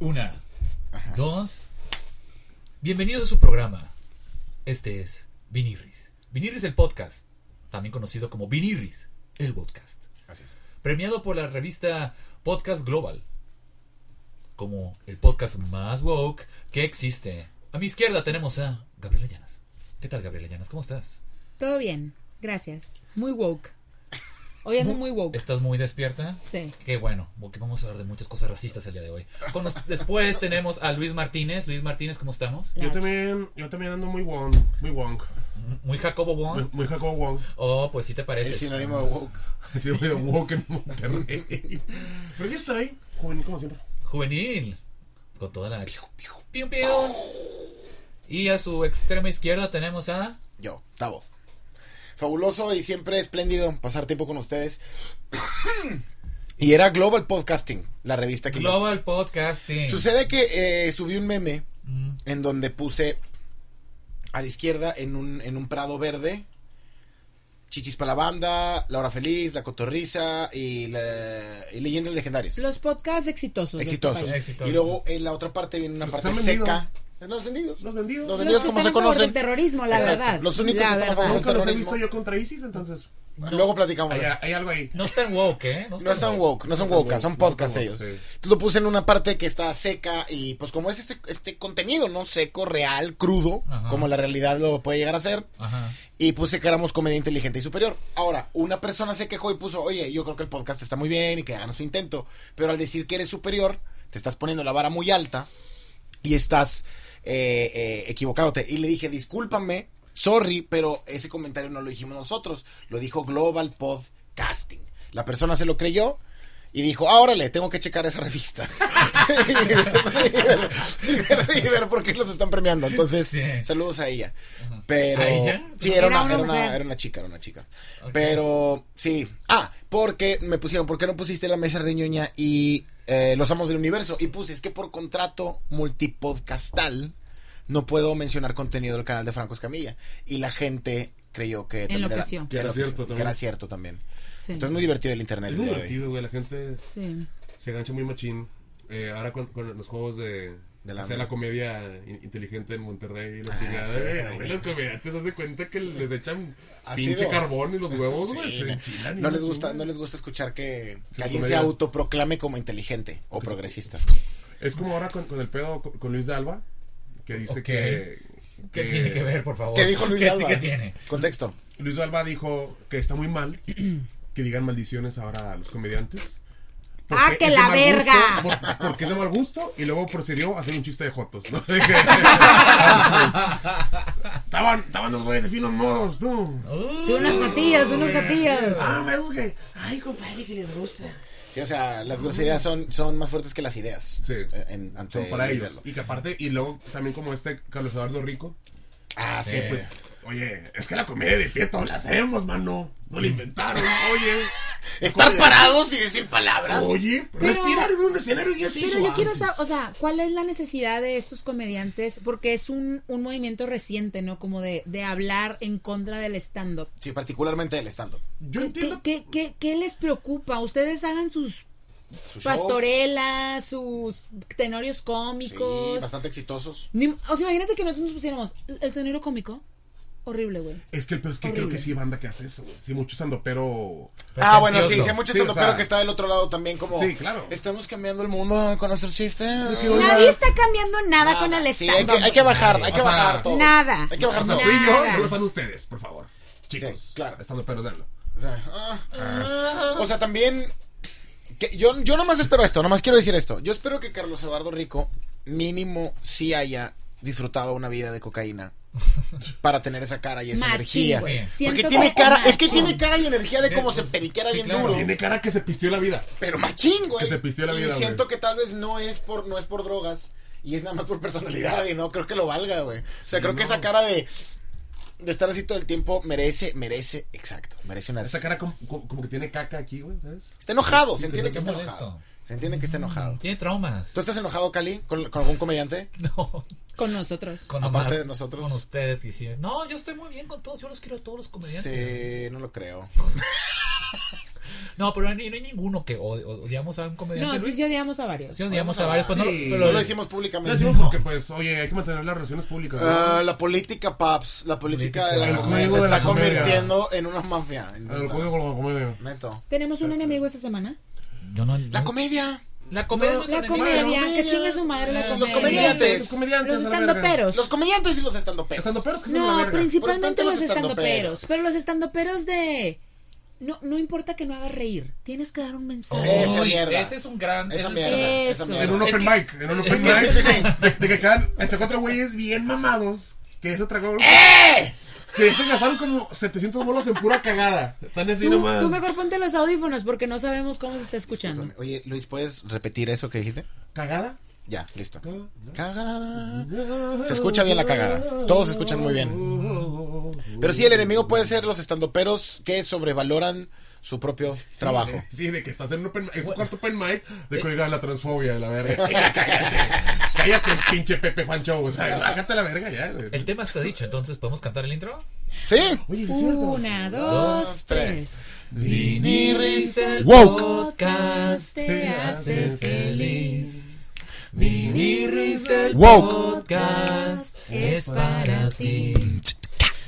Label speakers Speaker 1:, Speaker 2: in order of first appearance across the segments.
Speaker 1: Una, dos. Bienvenidos a su programa. Este es Vinirris. Vinirris el podcast, también conocido como Vinirris el podcast,
Speaker 2: Así es.
Speaker 1: premiado por la revista Podcast Global como el podcast más woke que existe. A mi izquierda tenemos a Gabriela Llanas. ¿Qué tal Gabriela Llanas? ¿Cómo estás?
Speaker 3: Todo bien, gracias. Muy woke. Hoy ando muy woke.
Speaker 1: ¿Estás muy despierta?
Speaker 3: Sí.
Speaker 1: Qué bueno, porque vamos a hablar de muchas cosas racistas el día de hoy. Con nos- después tenemos a Luis Martínez. Luis Martínez, ¿cómo estamos?
Speaker 3: La
Speaker 2: Yo
Speaker 3: H.
Speaker 2: también, yo también ando muy wonk, muy wonk,
Speaker 1: Muy Jacobo Bond.
Speaker 2: muy, muy Jacobo Wong.
Speaker 1: Oh, pues sí te parece.
Speaker 4: El sinónimo de woke.
Speaker 2: Así de wonk en Monterrey. Pero aquí estoy, juvenil como siempre.
Speaker 1: Juvenil. Con toda la. Pium, pium. Y a su extrema izquierda tenemos a.
Speaker 4: Yo, Tavo. Fabuloso y siempre espléndido pasar tiempo con ustedes. y era Global Podcasting, la revista que...
Speaker 1: Global Podcasting.
Speaker 4: Sucede que eh, subí un meme
Speaker 2: Mm.
Speaker 4: en donde puse a la izquierda en un, en un prado verde. Chichis para la banda, La Hora Feliz, La Cotorriza y, la- y Leyendas Legendarias.
Speaker 3: Los podcasts exitosos. de este
Speaker 4: exitosos.
Speaker 3: país.
Speaker 1: Exitosos.
Speaker 4: Y luego en la otra parte viene una
Speaker 2: Los que
Speaker 4: parte
Speaker 2: se han vendido.
Speaker 4: seca. Los vendidos.
Speaker 2: Los vendidos.
Speaker 4: Los
Speaker 2: Los
Speaker 4: vendidos
Speaker 3: que
Speaker 4: como
Speaker 3: están
Speaker 4: se
Speaker 3: a favor del
Speaker 4: conocen.
Speaker 3: terrorismo, la
Speaker 4: Exacto.
Speaker 3: verdad.
Speaker 4: Los únicos
Speaker 3: La
Speaker 4: que están a
Speaker 3: verdad.
Speaker 4: favor del
Speaker 2: Nunca los he
Speaker 4: Ah, terrorismo.
Speaker 2: visto yo contra ISIS, entonces. pues,
Speaker 4: Luego platicamos.
Speaker 2: Hay,
Speaker 4: de eso.
Speaker 2: hay algo ahí.
Speaker 1: No están woke, ¿eh?
Speaker 4: No son woke, no son
Speaker 2: están
Speaker 4: woke, son
Speaker 2: woke, no
Speaker 4: podcasts
Speaker 2: están
Speaker 4: ellos.
Speaker 2: woke, sí.
Speaker 4: Entonces Lo puse en una parte que está seca y pues como es este, este contenido, ¿no? Seco, real, crudo,
Speaker 1: Ajá.
Speaker 4: como la realidad lo puede llegar a ser.
Speaker 1: Ajá.
Speaker 4: Y puse que éramos comedia inteligente y superior. Ahora, una persona se quejó y puso, oye, yo creo que el podcast está muy bien y que hagan su intento. Pero al decir que eres superior, te estás poniendo la vara muy alta y estás eh, eh, equivocándote. Y le dije, discúlpame, sorry, pero ese comentario no lo dijimos nosotros. Lo dijo Global Podcasting. La persona se lo creyó. Y dijo, ah, órale, tengo que checar esa revista. y, ver, y ver- y ver- y ver por qué los están premiando. Entonces,
Speaker 1: Sí.
Speaker 4: saludos a ella. Pero...
Speaker 1: ¿A ella?
Speaker 4: Sí, era,
Speaker 3: Era
Speaker 4: una,
Speaker 3: una
Speaker 4: era, una,
Speaker 3: mujer.
Speaker 4: era una chica, era una chica.
Speaker 1: Ok.
Speaker 4: Pero sí. Ah, porque me pusieron, ¿por qué no pusiste la mesa reñoña y eh, los amos del universo? Y puse, es que por contrato multipodcastal no puedo mencionar contenido del canal de Franco Escamilla. Y la gente creyó que también
Speaker 3: Enloqueció.
Speaker 2: Que era
Speaker 4: enloqueció,
Speaker 2: cierto
Speaker 4: que era
Speaker 2: también.
Speaker 4: cierto también.
Speaker 3: Sí.
Speaker 4: Entonces muy divertido el internet.
Speaker 2: Es
Speaker 4: el
Speaker 2: muy
Speaker 4: día de hoy.
Speaker 2: divertido, güey. La gente es-
Speaker 3: Sí.
Speaker 2: se engancha muy machín. Eh, ahora con, con los juegos de.
Speaker 4: Del
Speaker 2: hacer
Speaker 4: hambre.
Speaker 2: la comedia in- inteligente en Monterrey y la
Speaker 4: Ah,
Speaker 2: chingada.
Speaker 4: sí,
Speaker 2: Eh,
Speaker 4: güey.
Speaker 2: güey, los comediantes se hacen cuenta que les echan
Speaker 4: Ácido.
Speaker 2: pinche carbón y los huevos,
Speaker 4: Sí,
Speaker 2: güey. se
Speaker 4: no-
Speaker 2: enchilan y
Speaker 4: no
Speaker 2: se
Speaker 4: les gusta,
Speaker 2: chingan.
Speaker 4: no les gusta escuchar que, que
Speaker 2: Los
Speaker 4: alguien se
Speaker 2: comediantes.
Speaker 4: autoproclame como inteligente o
Speaker 2: Pues,
Speaker 4: progresista.
Speaker 2: Es como ahora con, con el pedo con, con Luis de Alba, que dice
Speaker 1: Ok.
Speaker 2: que...
Speaker 1: ¿Qué tiene que ver, por favor?
Speaker 4: Eh, ¿Qué dijo Luis
Speaker 1: ¿Qué,
Speaker 4: Alba?
Speaker 1: ¿Qué tiene?
Speaker 4: Contexto.
Speaker 2: Luis de Alba dijo que está muy mal que digan maldiciones ahora a los comediantes. porque
Speaker 3: ¡Ah, que
Speaker 2: es de
Speaker 3: la
Speaker 2: mal gusto,
Speaker 3: verga!
Speaker 2: por- porque es de mal gusto y luego procedió a hacer un chiste de jotos, ¿no? De que- estaban, estaban los güeyes de finos modos, tú.
Speaker 3: De unos gatillos, unos gatillos.
Speaker 2: Ah, me gusta que... Ay, compadre, que les gusta.
Speaker 4: Sí, o sea, las groserías son, son más fuertes que las ideas.
Speaker 2: Sí.
Speaker 4: Eh, en- ante
Speaker 2: Son para
Speaker 4: Luis
Speaker 2: ellos.
Speaker 4: Alba.
Speaker 2: Y que aparte, y luego también como este Carlos Eduardo Rico,
Speaker 4: Ah, sí,
Speaker 1: Sí.
Speaker 4: pues.
Speaker 2: Oye, es que la comedia de Pieto la hacemos, mano. No la
Speaker 3: Mm.
Speaker 2: inventaron. Oye,
Speaker 4: Estar parados y decir palabras.
Speaker 2: oye,
Speaker 3: Pero-
Speaker 2: respirar en un escenario ya se
Speaker 3: Pero
Speaker 2: hizo
Speaker 3: yo quiero
Speaker 2: antes.
Speaker 3: saber, o sea, ¿cuál es la necesidad de estos comediantes? Porque es un, un movimiento reciente, ¿no? Como de, de hablar en contra del stand-up.
Speaker 4: Sí, particularmente el stand-up.
Speaker 2: Yo
Speaker 3: ¿Qué,
Speaker 2: entiendo
Speaker 3: qué- qué- qué les preocupa? Ustedes hagan sus
Speaker 4: Sus shows,
Speaker 3: pastorelas, sus tenorios
Speaker 4: sí,
Speaker 3: cómicos.
Speaker 4: bastante exitosos.
Speaker 3: Ni- o sea, imagínate que nosotros nos pusiéramos el tenero cómico. Horrible, güey.
Speaker 2: Es que el peor es que creo que sí hay banda que hace eso, güey. Sí, mucho estando, pero.
Speaker 4: Ah, bueno, sí, sí, hay mucho
Speaker 2: Sí, o
Speaker 4: stand pero
Speaker 2: sea-
Speaker 4: que está del otro lado también, como.
Speaker 2: Sí, claro.
Speaker 4: Estamos cambiando el mundo con nuestros chistes.
Speaker 3: Ah, Nadie está cambiando nada Ah, con el
Speaker 4: Sí, hay
Speaker 3: stand
Speaker 4: que, hay que bajar, hay que
Speaker 2: O sea,
Speaker 4: bajar todo.
Speaker 3: nada.
Speaker 4: Hay que bajar
Speaker 2: O sea,
Speaker 4: todo.
Speaker 2: fui yo,
Speaker 3: Nada.
Speaker 2: luego están ustedes, por favor. Chicos,
Speaker 4: Sí, claro.
Speaker 2: Estando, pero denlo.
Speaker 4: O sea, ah. O sea, también. que yo, yo nomás espero esto, nomás quiero decir esto. Yo espero que Carlos Eduardo Rico, mínimo, sí haya disfrutado una vida de cocaína para tener esa cara y esa
Speaker 3: Machín,
Speaker 4: energía.
Speaker 3: güey.
Speaker 1: Sí.
Speaker 4: Porque
Speaker 3: Siento
Speaker 4: tiene
Speaker 3: que-
Speaker 4: cara, es que
Speaker 3: machín.
Speaker 4: tiene cara y energía de
Speaker 1: Sí,
Speaker 4: cómo
Speaker 1: pues,
Speaker 4: se periquera
Speaker 1: sí,
Speaker 4: bien
Speaker 1: claro.
Speaker 4: duro.
Speaker 2: Tiene cara que se pistió la vida.
Speaker 4: Pero machín, güey.
Speaker 2: Que se pisteó la vida,
Speaker 4: Y siento
Speaker 2: güey.
Speaker 4: que tal vez no es por, no es por drogas. Y es nada más por personalidad, y no creo que lo valga, güey. O sea, creo que esa cara de, de estar así todo el tiempo merece, merece, exacto, merece una...
Speaker 2: Esa cara como, como- como que tiene caca aquí, güey, ¿sabes?
Speaker 4: Está enojado, se
Speaker 2: Sí,
Speaker 4: entiende que
Speaker 2: pero qué
Speaker 4: está
Speaker 1: molesto.
Speaker 4: enojado. Se entiende que está enojado.
Speaker 1: Tiene traumas.
Speaker 4: ¿Tú estás enojado, Cali, con, con algún comediante?
Speaker 1: No.
Speaker 3: Con nosotros.
Speaker 1: Con
Speaker 4: Aparte
Speaker 1: nomás-
Speaker 4: de nosotros.
Speaker 1: Con ustedes, que sí. No, yo estoy muy bien con todos. Yo los quiero a todos los comediantes.
Speaker 4: Sí, no lo creo.
Speaker 1: No, pero no hay, no hay ninguno que od- od- odiamos a un comediante.
Speaker 3: No, sí,
Speaker 1: Luis.
Speaker 3: sí odiamos a varios.
Speaker 1: Sí odiamos a varios, pues no,
Speaker 2: Sí.
Speaker 1: pero
Speaker 4: No lo decimos
Speaker 2: No
Speaker 4: públicamente.
Speaker 2: decimos porque, pues, oye, hay que mantener las relaciones públicas. ¿no?
Speaker 4: Ah, la política, paps, la política de la
Speaker 1: El
Speaker 4: comedia
Speaker 2: juego
Speaker 4: se
Speaker 2: de la
Speaker 4: está
Speaker 2: comedia.
Speaker 4: convirtiendo en una mafia. en
Speaker 2: El
Speaker 4: neta.
Speaker 2: juego con la ¿Mm? comedia.
Speaker 4: Neto.
Speaker 3: ¿Tenemos un enemigo esta semana?
Speaker 1: Yo no-
Speaker 4: La
Speaker 1: no-
Speaker 4: comedia.
Speaker 1: la comedia
Speaker 3: No,
Speaker 1: es
Speaker 3: la
Speaker 1: nuestro enemigo.
Speaker 3: comedia,
Speaker 4: La
Speaker 3: que chingue su madre la
Speaker 4: Eh,
Speaker 3: comedia.
Speaker 4: los comediantes.
Speaker 2: Los comediantes.
Speaker 3: Los
Speaker 2: a la verga.
Speaker 3: estandoperos.
Speaker 4: Los comediantes y los estandoperos.
Speaker 2: Estando peros que son la
Speaker 3: No,
Speaker 2: verga.
Speaker 3: principalmente
Speaker 4: Por lo
Speaker 3: los
Speaker 4: tanto, los
Speaker 3: estandoperos. Pero los estandoperos de. No, no importa que no hagas reír. Tienes que dar un mensaje.
Speaker 4: Esa
Speaker 1: Uy,
Speaker 4: mierda.
Speaker 1: Oh, Ese es un gran.
Speaker 4: Esa
Speaker 1: ese-
Speaker 4: mierda. Esa
Speaker 3: Eso.
Speaker 4: mierda.
Speaker 2: En un
Speaker 1: Es
Speaker 2: open
Speaker 1: que-
Speaker 2: mic. En
Speaker 1: es
Speaker 2: un open
Speaker 1: que-
Speaker 4: sí, sí, sí.
Speaker 2: mic. De, de que acá hasta cuatro güeyes bien mamados. Que eso tragaron.
Speaker 4: ¡Eh!
Speaker 2: Que se gastaron como 700 bolas en pura cagada. Están así
Speaker 3: Tú,
Speaker 2: nomás.
Speaker 3: tú mejor ponte los audífonos porque no sabemos cómo se está escuchando.
Speaker 4: Oye, Luis, ¿puedes repetir eso que dijiste?
Speaker 2: ¿Cagada?
Speaker 4: Ya, listo. Cagada. Se escucha bien la cagada. Todos se escuchan muy bien. Pero sí, el enemigo puede ser los estandoperos que sobrevaloran su propio trabajo.
Speaker 2: Sí, de que estás en un open mic. Es un cuarto open mic. De que
Speaker 1: Eh.
Speaker 2: oiga la transfobia de la verga. Cállate. Cállate, pinche Pepe Juancho. O sea, bájate la verga ya. güey.
Speaker 1: El tema está dicho, entonces podemos cantar el intro.
Speaker 4: Sí.
Speaker 2: Oye, es cierto.
Speaker 3: Una, dos, tres.
Speaker 1: el
Speaker 4: Woke.
Speaker 1: podcast
Speaker 2: te hace
Speaker 1: feliz. Viniris el
Speaker 4: Woke.
Speaker 1: podcast es para ti.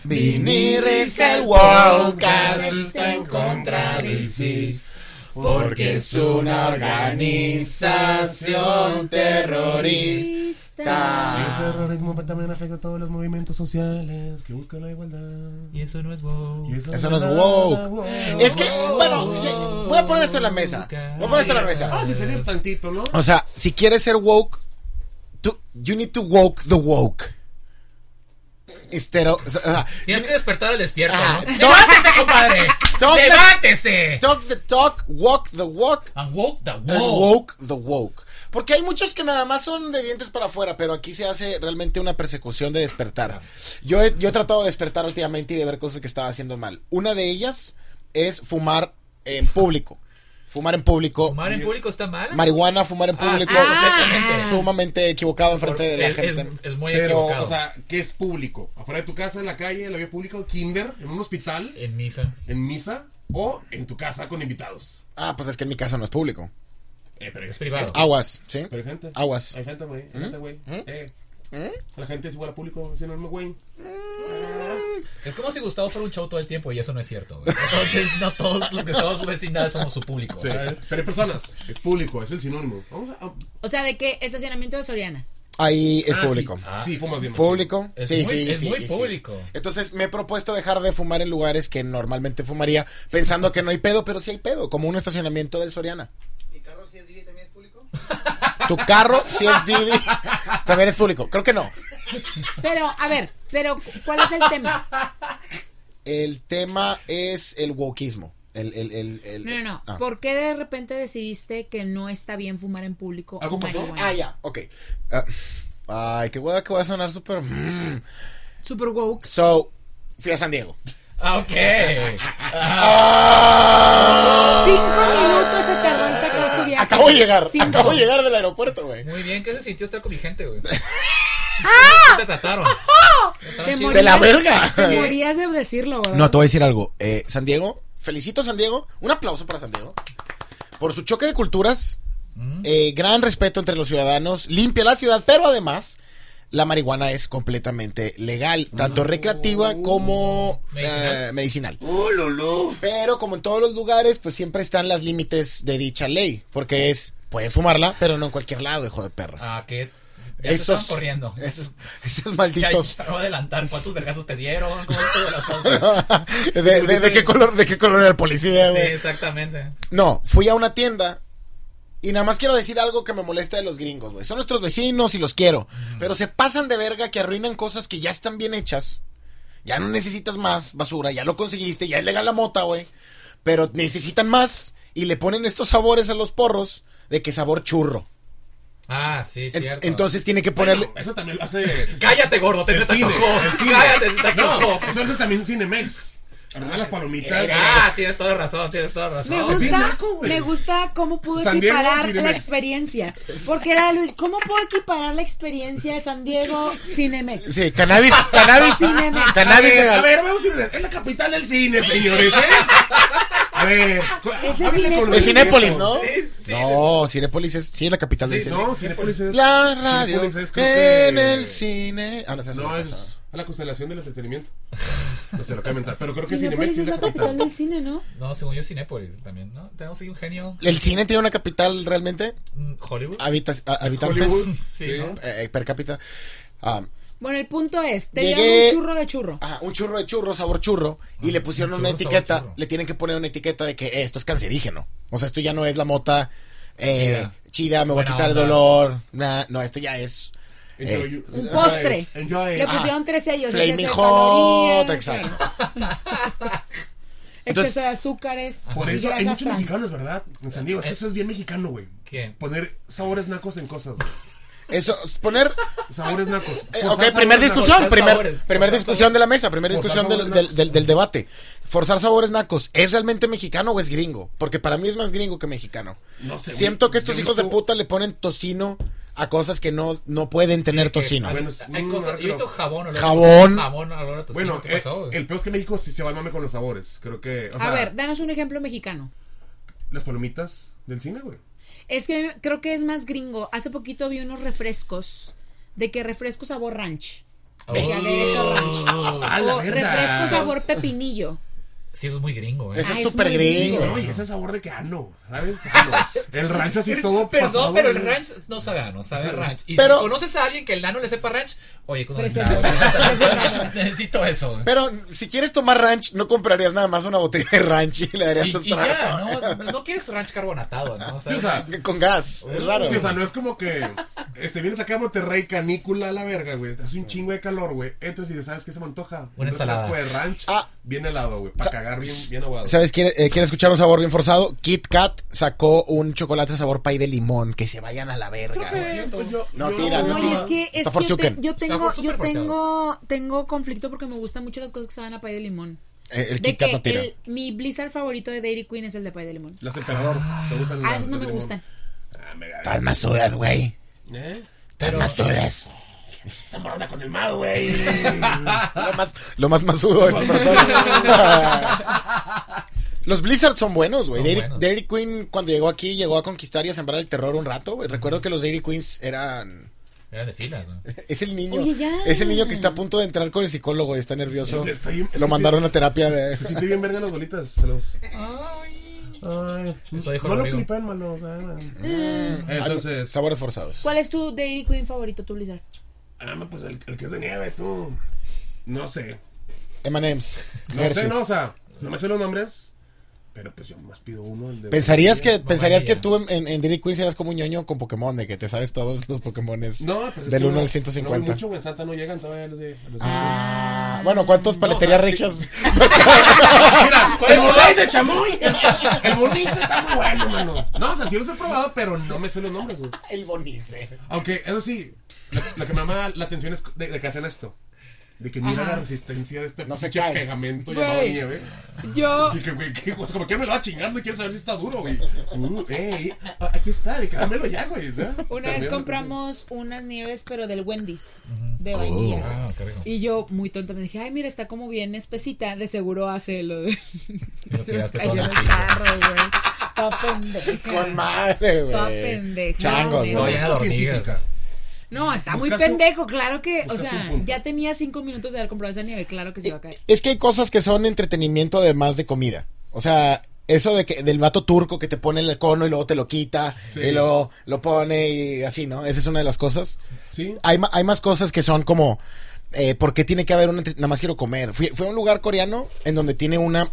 Speaker 4: Vinir es el
Speaker 1: podcast
Speaker 4: Worldcast.
Speaker 1: está en contra del CIS porque es una organización terrorista.
Speaker 4: Ah.
Speaker 2: El Este terrorismo también afecta a todos los movimientos sociales que buscan la igualdad.
Speaker 1: Y eso no es woke.
Speaker 2: Y eso,
Speaker 4: Eso no es
Speaker 2: nada
Speaker 4: woke.
Speaker 2: woke.
Speaker 4: Es que, bueno, ya- voy a poner esto en la mesa. Voy a poner esto en la
Speaker 2: Ah,
Speaker 4: mesa.
Speaker 2: sí, sería tantito, ¿no?
Speaker 4: O sea, si quieres ser woke, tú, you need to woke the woke. Estero. o sea, o sea,
Speaker 1: Tienes que despertar al despierto,
Speaker 4: Ajá.
Speaker 1: ¿no? ¡Levántese, compadre!
Speaker 4: Don't let-
Speaker 1: ¡Levántese!
Speaker 4: Talk the talk, walk the walk,
Speaker 1: And woke the woke.
Speaker 4: and woke the woke. Porque hay muchos que nada más son de dientes para afuera, pero aquí se hace realmente una persecución de despertar. Yo he, yo he tratado de despertar últimamente y de ver cosas que estaba haciendo mal. Una de ellas es fumar en público. Fumar en público.
Speaker 1: ¿Fumar en público está mal?
Speaker 4: Marihuana, fumar en
Speaker 1: Ah,
Speaker 4: público.
Speaker 1: sí, completamente.
Speaker 4: sumamente equivocado enfrente de la
Speaker 1: es,
Speaker 4: gente.
Speaker 1: es- es muy
Speaker 2: Pero,
Speaker 1: equivocado.
Speaker 2: o sea, ¿qué es público? ¿Afuera de tu casa, en la calle, en la vía pública, en kinder, en un hospital,
Speaker 1: en misa.
Speaker 2: en misa o en tu casa con invitados?
Speaker 4: Ah, pues es que en mi casa no es público.
Speaker 2: Eh, pero,
Speaker 1: Es privado.
Speaker 4: Aguas, ¿sí?
Speaker 2: pero hay gente.
Speaker 4: Aguas. ¿Mm?
Speaker 2: Hay gente, güey. Hay gente, güey. Eh. La gente es igual a público, si no no, güey.
Speaker 1: Es como si Gustavo fuera un show todo el tiempo y eso no es cierto. güey. Entonces, no todos los que estamos en su vecindad somos su público,
Speaker 2: Sí.
Speaker 1: ¿sabes?
Speaker 2: Pero hay personas, es público, es el sinónimo. Vamos a- a-
Speaker 3: O sea, de que estacionamiento de Soriana.
Speaker 4: Ahí es
Speaker 2: Ah,
Speaker 4: público.
Speaker 2: Sí, sí, fumas bien.
Speaker 4: Público.
Speaker 1: Es
Speaker 4: sí,
Speaker 1: muy-
Speaker 4: sí,
Speaker 1: es
Speaker 4: sí,
Speaker 1: muy
Speaker 4: sí.
Speaker 1: público.
Speaker 4: Entonces me he propuesto dejar de fumar en lugares que normalmente fumaría, pensando que no hay pedo, pero sí hay pedo, como un estacionamiento del Soriana.
Speaker 5: Mi carro si es Didi también es público.
Speaker 4: Tu carro, si es Didi, también es público. Creo que no.
Speaker 3: Pero, a ver, pero ¿cuál es el tema?
Speaker 4: El tema es el wokismo. El, el, el, el-
Speaker 3: No, no, no.
Speaker 4: Ah.
Speaker 3: ¿Por qué de repente decidiste que no está bien fumar en público?
Speaker 2: ¿Algo pasó?
Speaker 3: marihuana?
Speaker 4: Ah, ya, ok. Ah, ay, qué hueva que voy a sonar súper. mm.
Speaker 3: Super woke.
Speaker 4: So, fui a San Diego.
Speaker 1: Ah, ok.
Speaker 3: Cinco minutos se tardó en sacar su viaje.
Speaker 4: Ah, Acabo de llegar,
Speaker 3: Cinco.
Speaker 4: acabo de llegar del aeropuerto, güey.
Speaker 1: Muy bien, ¿qué se sintió estar con mi gente, güey?
Speaker 3: ¡Ah!
Speaker 1: ¿Cómo te trataron? ¿Te trataron
Speaker 3: Te
Speaker 1: chido?
Speaker 4: De la
Speaker 3: morías-
Speaker 4: verga.
Speaker 3: Te morías de decirlo, ¿verdad?
Speaker 4: No, te voy a decir algo. Eh, San Diego, felicito a San Diego. Un aplauso para San Diego. Por su choque de culturas.
Speaker 1: Mm.
Speaker 4: eh, gran respeto entre los ciudadanos. Limpia la ciudad, pero además. La marihuana es completamente legal, tanto recreativa como
Speaker 1: Mm. Medicinal.
Speaker 4: eh, medicinal. Pero como en todos los lugares, pues siempre están los límites de dicha ley, porque es, puedes fumarla, pero no en cualquier lado, hijo de perra.
Speaker 1: Ah, que ya te
Speaker 4: esos,
Speaker 1: estaban corriendo.
Speaker 4: esos, esos
Speaker 1: Ya,
Speaker 4: malditos.
Speaker 1: ya, me voy a adelantar. ¿Cuántos vergazos te dieron? ¿Cómo estuvo la cosa?
Speaker 4: de, de- de qué color, ¿De qué color era el policía,
Speaker 1: Sí,
Speaker 4: güey?
Speaker 1: exactamente.
Speaker 4: No, fui a una tienda y nada más quiero decir algo que me molesta de los gringos, güey. Son nuestros vecinos y los quiero. Pero se pasan de verga que arruinan cosas que ya están bien hechas. Ya no necesitas más basura, ya lo conseguiste, ya es legal la mota, güey. Pero necesitan más y le ponen estos sabores a los porros de que sabor churro.
Speaker 1: Ah, sí,
Speaker 4: En-
Speaker 1: cierto.
Speaker 4: entonces tiene que ponerle...
Speaker 2: Bueno, eso también lo hace.
Speaker 1: Cállate, gordo, te
Speaker 2: El
Speaker 1: te
Speaker 2: cine,
Speaker 1: tocó.
Speaker 2: el cine.
Speaker 1: Cállate, se te
Speaker 2: No,
Speaker 1: tocó.
Speaker 2: eso hace también Cinemex. Arreglar las palomitas.
Speaker 1: Ah, tienes toda la razón, tienes toda la razón.
Speaker 3: Me
Speaker 2: bien
Speaker 3: gusta,
Speaker 2: naco, güey.
Speaker 3: me gusta cómo pudo
Speaker 2: San Diego,
Speaker 3: equiparar
Speaker 2: Cinemex.
Speaker 3: la experiencia. Porque era Luis, ¿cómo puedo equiparar la experiencia de San Diego Cinemex?
Speaker 4: Sí, cannabis, cannabis,
Speaker 3: Cinemex.
Speaker 2: A
Speaker 4: cannabis
Speaker 2: ver, a
Speaker 4: legal.
Speaker 2: ver, vamos a ir. Es la capital del cine, señores, ¿eh? A ver, cu-
Speaker 3: Ese
Speaker 2: háblale
Speaker 3: Cinépolis.
Speaker 2: con los
Speaker 4: Es Cinépolis, ¿no?
Speaker 1: Sí, sí.
Speaker 4: No, Cinépolis es. Sí, es la capital
Speaker 1: Sí,
Speaker 4: del
Speaker 1: sí,
Speaker 4: cine.
Speaker 2: No, Cinépolis es.
Speaker 4: La radio
Speaker 2: Cinépolis es, creo que-
Speaker 4: en el cine. Ah, no, esa es
Speaker 2: No,
Speaker 4: otra cosa.
Speaker 2: es la constelación del entretenimiento. No se lo acabo de inventar, pero creo que
Speaker 3: Cinépolis
Speaker 2: Cinemex
Speaker 3: es
Speaker 2: es
Speaker 3: la capital del cine, ¿no?
Speaker 1: No, según yo, Cinépolis también, ¿no? Tenemos ahí un genio.
Speaker 4: ¿El cine tiene una capital realmente?
Speaker 1: mm, Hollywood.
Speaker 4: Habitas- a- habitantes
Speaker 2: Hollywood.
Speaker 1: Sí, ¿no?
Speaker 4: eh, per cápita. Ah,
Speaker 3: Bueno, el punto es, te
Speaker 4: Llegué-
Speaker 3: dieron un churro de churro.
Speaker 4: ajá, un churro de churro, sabor churro. Y le pusieron
Speaker 1: Ah, churro,
Speaker 4: una
Speaker 1: sabor
Speaker 4: etiqueta.
Speaker 1: churro.
Speaker 4: Le tienen que poner una etiqueta de que eh, esto es cancerígeno. O sea, esto ya no es la mota eh,
Speaker 1: Chida.
Speaker 4: chida. me voy
Speaker 1: Buena
Speaker 4: a quitar
Speaker 1: onda.
Speaker 4: el dolor. nah, no, esto ya es.
Speaker 2: Enjoy you-
Speaker 3: Un postre.
Speaker 2: Enjoy.
Speaker 3: Le
Speaker 2: Ah,
Speaker 3: pusieron tres sellos.
Speaker 4: Flaming
Speaker 3: exceso de
Speaker 4: hot.
Speaker 3: calorías,
Speaker 4: Exacto. Entonces-
Speaker 3: Exceso de azúcares.
Speaker 2: Ah, Por
Speaker 3: y
Speaker 2: eso
Speaker 3: grasas
Speaker 2: hay muchos
Speaker 3: trans.
Speaker 2: mexicanos, ¿verdad? En San Diego, es que eso es bien mexicano, güey.
Speaker 1: ¿Qué?
Speaker 2: Poner sabores nacos en cosas. güey.
Speaker 4: Eso, poner.
Speaker 2: Sabores nacos.
Speaker 4: Eh,
Speaker 2: Forzar
Speaker 4: ok,
Speaker 2: sabores
Speaker 4: primer
Speaker 2: nacos.
Speaker 4: discusión,
Speaker 1: forzar
Speaker 4: primer,
Speaker 1: sabores,
Speaker 4: primer
Speaker 1: forzar
Speaker 4: discusión de la mesa, primer
Speaker 2: Forzar
Speaker 4: discusión del,
Speaker 2: sabores
Speaker 4: del-
Speaker 2: nacos.
Speaker 4: del- del debate. Forzar sabores nacos, ¿es realmente mexicano o es gringo? Porque para mí es más gringo que mexicano.
Speaker 2: No sé, güey.
Speaker 4: Siento que estos
Speaker 2: Yo he
Speaker 4: hijos de
Speaker 2: visto-
Speaker 4: puta le ponen tocino a cosas que no, no pueden tener
Speaker 1: Que-
Speaker 4: tocino.
Speaker 1: hay-
Speaker 2: Bueno,
Speaker 1: hay
Speaker 2: mm,
Speaker 1: cosas. Yo he visto
Speaker 2: creo.
Speaker 1: jabón. olor a-
Speaker 4: Jabón.
Speaker 1: Jabón, olor a tocino.
Speaker 2: Bueno,
Speaker 1: ¿Qué
Speaker 2: eh,
Speaker 1: pasó? güey?
Speaker 2: el peor es que México sí se va al mame con los sabores. Creo que. O sea,
Speaker 3: A ver, danos un ejemplo mexicano.
Speaker 2: Las palomitas del cine, güey.
Speaker 3: Es que creo que es más gringo. Hace poquito vi unos refrescos de que refresco sabor ranch.
Speaker 1: Oh.
Speaker 3: Y aderezo ranch.
Speaker 2: A la
Speaker 3: o
Speaker 2: verga.
Speaker 3: refresco sabor pepinillo.
Speaker 1: Sí, eso es muy gringo, ¿eh?
Speaker 4: Eso
Speaker 3: Ah,
Speaker 4: es
Speaker 3: es
Speaker 4: súper
Speaker 3: muy
Speaker 4: gringo.
Speaker 3: gringo.
Speaker 2: No, y ese sabor de que ano, ¿sabes? Ano. El rancho así todo
Speaker 1: Perdón,
Speaker 2: pasado,
Speaker 1: pero el
Speaker 2: güey.
Speaker 1: ranch no sabe a no sabe a ranch. Y
Speaker 4: Pero-
Speaker 1: si conoces a alguien que el nano le sepa ranch, oye, con
Speaker 3: Presenta-
Speaker 1: necesito eso. güey.
Speaker 4: Pero si quieres tomar ranch, no comprarías nada más una botella de ranch y le darías un
Speaker 1: Y, y ya,
Speaker 4: trago.
Speaker 1: ¿no? No quieres ranch carbonatado, ¿no? O sea,
Speaker 2: Sí, o sea,
Speaker 4: Con gas, es raro.
Speaker 2: Sí, o sea, no es como que este, vienes acá a Monterrey, canícula a la verga, güey. Hace un chingo de calor, güey. Entras y dices, ¿sabes qué se me antoja?
Speaker 1: Una ensalada.
Speaker 2: refresco de ranch,
Speaker 4: Ah.
Speaker 2: bien helado, güey. Para cagar bien, bien aguado.
Speaker 4: ¿Sabes? ¿Quiere, eh, quiere escuchar un sabor bien forzado? Kit Kat sacó un chocolate sabor pay de limón. Que se vayan a la verga.
Speaker 1: sé.
Speaker 2: Sí,
Speaker 1: cierto.
Speaker 2: pues yo-
Speaker 4: No,
Speaker 2: yo-
Speaker 4: tira, no
Speaker 3: No, y
Speaker 4: tira.
Speaker 3: es que, es
Speaker 4: Está
Speaker 3: que yo, te-
Speaker 4: forzuken.
Speaker 3: yo tengo,
Speaker 1: Está
Speaker 3: yo
Speaker 1: súper
Speaker 3: tengo, tengo conflicto porque me gustan mucho las cosas que saben a pay de limón.
Speaker 4: Eh, el
Speaker 3: de
Speaker 4: Kit Kat no
Speaker 3: que
Speaker 4: tira.
Speaker 3: el- mi blizzard favorito de Dairy Queen es el de pay de limón.
Speaker 2: Las emperador. ¿Te gustan
Speaker 3: A
Speaker 2: las
Speaker 3: veces no
Speaker 2: de
Speaker 3: me
Speaker 2: limón?
Speaker 3: gustan.
Speaker 2: Ah, me
Speaker 4: Estás más sudas, güey.
Speaker 2: ¿Eh?
Speaker 4: Estás
Speaker 1: Pero-
Speaker 4: más sudas.
Speaker 2: Esta morada con el mago, güey.
Speaker 4: lo más, lo más masudo de mi persona. Los Blizzards son buenos, güey.
Speaker 1: Son
Speaker 4: Dairy,
Speaker 1: buenos.
Speaker 4: Dairy Queen, cuando llegó aquí, llegó a conquistar y a sembrar el terror un rato, güey. Recuerdo que los Dairy Queens eran.
Speaker 1: Eran de filas, güey.
Speaker 4: Es el niño.
Speaker 3: Oye, ya.
Speaker 4: Es el niño que está a punto de entrar con el psicólogo y está nervioso.
Speaker 2: Estoy-
Speaker 4: Lo mandaron a terapia de.
Speaker 2: Se siente bien verga las bolitas. Saludos. Ay.
Speaker 1: Eso dijo
Speaker 2: no lo
Speaker 1: Rodrigo.
Speaker 2: clipen, mano. Eh, Entonces,
Speaker 4: Sabores forzados.
Speaker 3: ¿Cuál es tu Dairy Queen favorito, tu blizzard?
Speaker 2: ah, no, pues el, el que es de nieve, tú. No sé.
Speaker 4: MM's.
Speaker 2: No sé, no, o sea, no me sé los nombres. Pero pues yo más pido uno. El de
Speaker 4: Pensarías que,
Speaker 2: vainilla.
Speaker 4: pensarías que
Speaker 1: vainilla.
Speaker 4: tú en, en, en Dairy Queen eras como un ñoño con Pokémon, de que te sabes todos los Pokémones
Speaker 2: No, pues es
Speaker 4: del 1
Speaker 2: que no-
Speaker 4: al
Speaker 2: No,
Speaker 4: 150.
Speaker 2: mucho, güey. En Santa no llegan todavía los de. Los de-
Speaker 4: Ah, bueno, ¿cuántos paleterías regias?
Speaker 2: Mira, el burlais de chamoy. El burlais está muy bueno, mano. No, o sea, sí los he probado, pero no me sé los nombres, güey.
Speaker 4: El Bonice.
Speaker 2: Aunque, eso sí, lo, lo que me llama la atención es de, de que hacen esto. De que mira la resistencia de este
Speaker 4: No se
Speaker 2: pinche
Speaker 4: cae.
Speaker 2: pegamento
Speaker 3: Güey.
Speaker 2: llamado nieve.
Speaker 3: Yo,
Speaker 2: Y que, güey, que, o sea, como que me lo va a chingar, no quiero saber si está duro, güey. Uh, ey, a- aquí está, de que dámelo ya, güey. ¿sabes?
Speaker 3: una vez
Speaker 2: También,
Speaker 3: compramos unas nieves, pero del Wendy's, de vainilla.
Speaker 1: Ah, qué rico.
Speaker 3: Y yo, muy tonta, me dije, ay, mira, está como bien espesita, de seguro hace lo de...
Speaker 1: Lo
Speaker 3: Se me
Speaker 1: tiraste
Speaker 3: cayó
Speaker 1: toda la
Speaker 3: en el
Speaker 1: pizza.
Speaker 3: carro, güey. Toda pendeja.
Speaker 4: Con madre,
Speaker 3: Toda
Speaker 4: güey.
Speaker 3: pendeja.
Speaker 4: Changos,
Speaker 3: No,
Speaker 1: Todo
Speaker 4: güey.
Speaker 1: lleno de hormigas.
Speaker 3: No, está muy
Speaker 2: Buscas un-
Speaker 3: pendejo, claro que, o
Speaker 2: buscas un
Speaker 3: sea,
Speaker 2: punto. Eh,
Speaker 3: ya tenía cinco minutos de haber comprado esa nieve, claro que se iba a caer.
Speaker 4: Eh, Es que hay cosas que son entretenimiento además de comida. O sea, eso de que del vato turco que te pone el cono y luego te lo quita
Speaker 2: Sí.
Speaker 4: y luego lo pone y así, ¿no? Esa es una de las cosas.
Speaker 2: Sí. Ah,
Speaker 4: Hay, ma- hay más cosas que son como. Eh, ¿Por qué tiene que haber un entre- Nada más quiero comer. Fui, fui a un lugar coreano en donde tiene una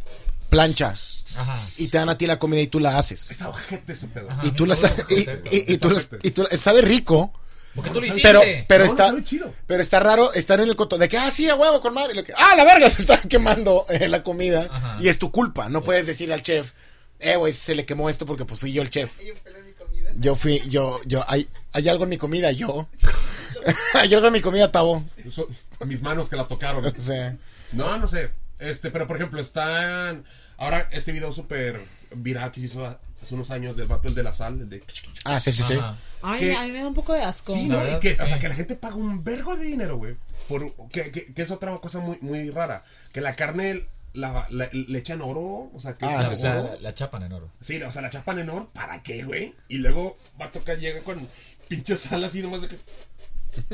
Speaker 4: plancha
Speaker 1: Ajá.
Speaker 4: y te dan a ti la comida y tú la haces.
Speaker 2: Está ojete ese pedo.
Speaker 1: Ajá.
Speaker 4: Y tú la
Speaker 1: todos
Speaker 4: estás.
Speaker 1: los
Speaker 4: Y,
Speaker 1: conceptos,
Speaker 4: y- y tú la-
Speaker 2: exacto.
Speaker 4: y tú la- Sabe rico,
Speaker 1: ¿Por qué tú lo hiciste?
Speaker 4: pero, pero
Speaker 2: No, no
Speaker 4: está.
Speaker 2: sabe chido.
Speaker 4: Pero está raro estar en el coto de que, ah, sí, a huevo con madre. y lo que, ah, la verga, se está quemando eh, la comida.
Speaker 1: Ajá.
Speaker 4: Y es tu culpa. No puedes decir al chef, eh, güey, se le quemó esto porque pues fui yo el chef.
Speaker 5: Hay un pelo en mi comida.
Speaker 4: Yo fui, yo, yo, hay, hay algo en mi comida, yo. hay algo en mi comida, Tabo.
Speaker 2: Son mis manos que la tocaron.
Speaker 4: O sea,
Speaker 2: No, no sé. Este, pero por ejemplo, están. Ahora, este video súper viral que se hizo hace unos años del vato, el de la sal, el de.
Speaker 4: ah, sí, sí, sí.
Speaker 1: Ajá.
Speaker 3: Ay,
Speaker 2: ¿Qué?
Speaker 3: a mí me da un poco de asco.
Speaker 2: Sí,
Speaker 1: La
Speaker 2: ¿no?
Speaker 1: verdad
Speaker 2: Y que,
Speaker 1: que
Speaker 2: O
Speaker 3: eh.
Speaker 2: sea,
Speaker 1: sí.
Speaker 2: que la gente paga un vergo de dinero, güey. Por, que, que- que es otra cosa muy, muy rara. Que la carne la- la- le echan oro, o sea, que
Speaker 4: Ah,
Speaker 2: es
Speaker 1: La,
Speaker 4: sí,
Speaker 2: oro.
Speaker 4: sí.
Speaker 1: la- la chapan en oro.
Speaker 2: Sí, o sea, la chapan en oro, ¿para qué, güey? Y luego va a tocar, llega con pinches alas y nomás de que...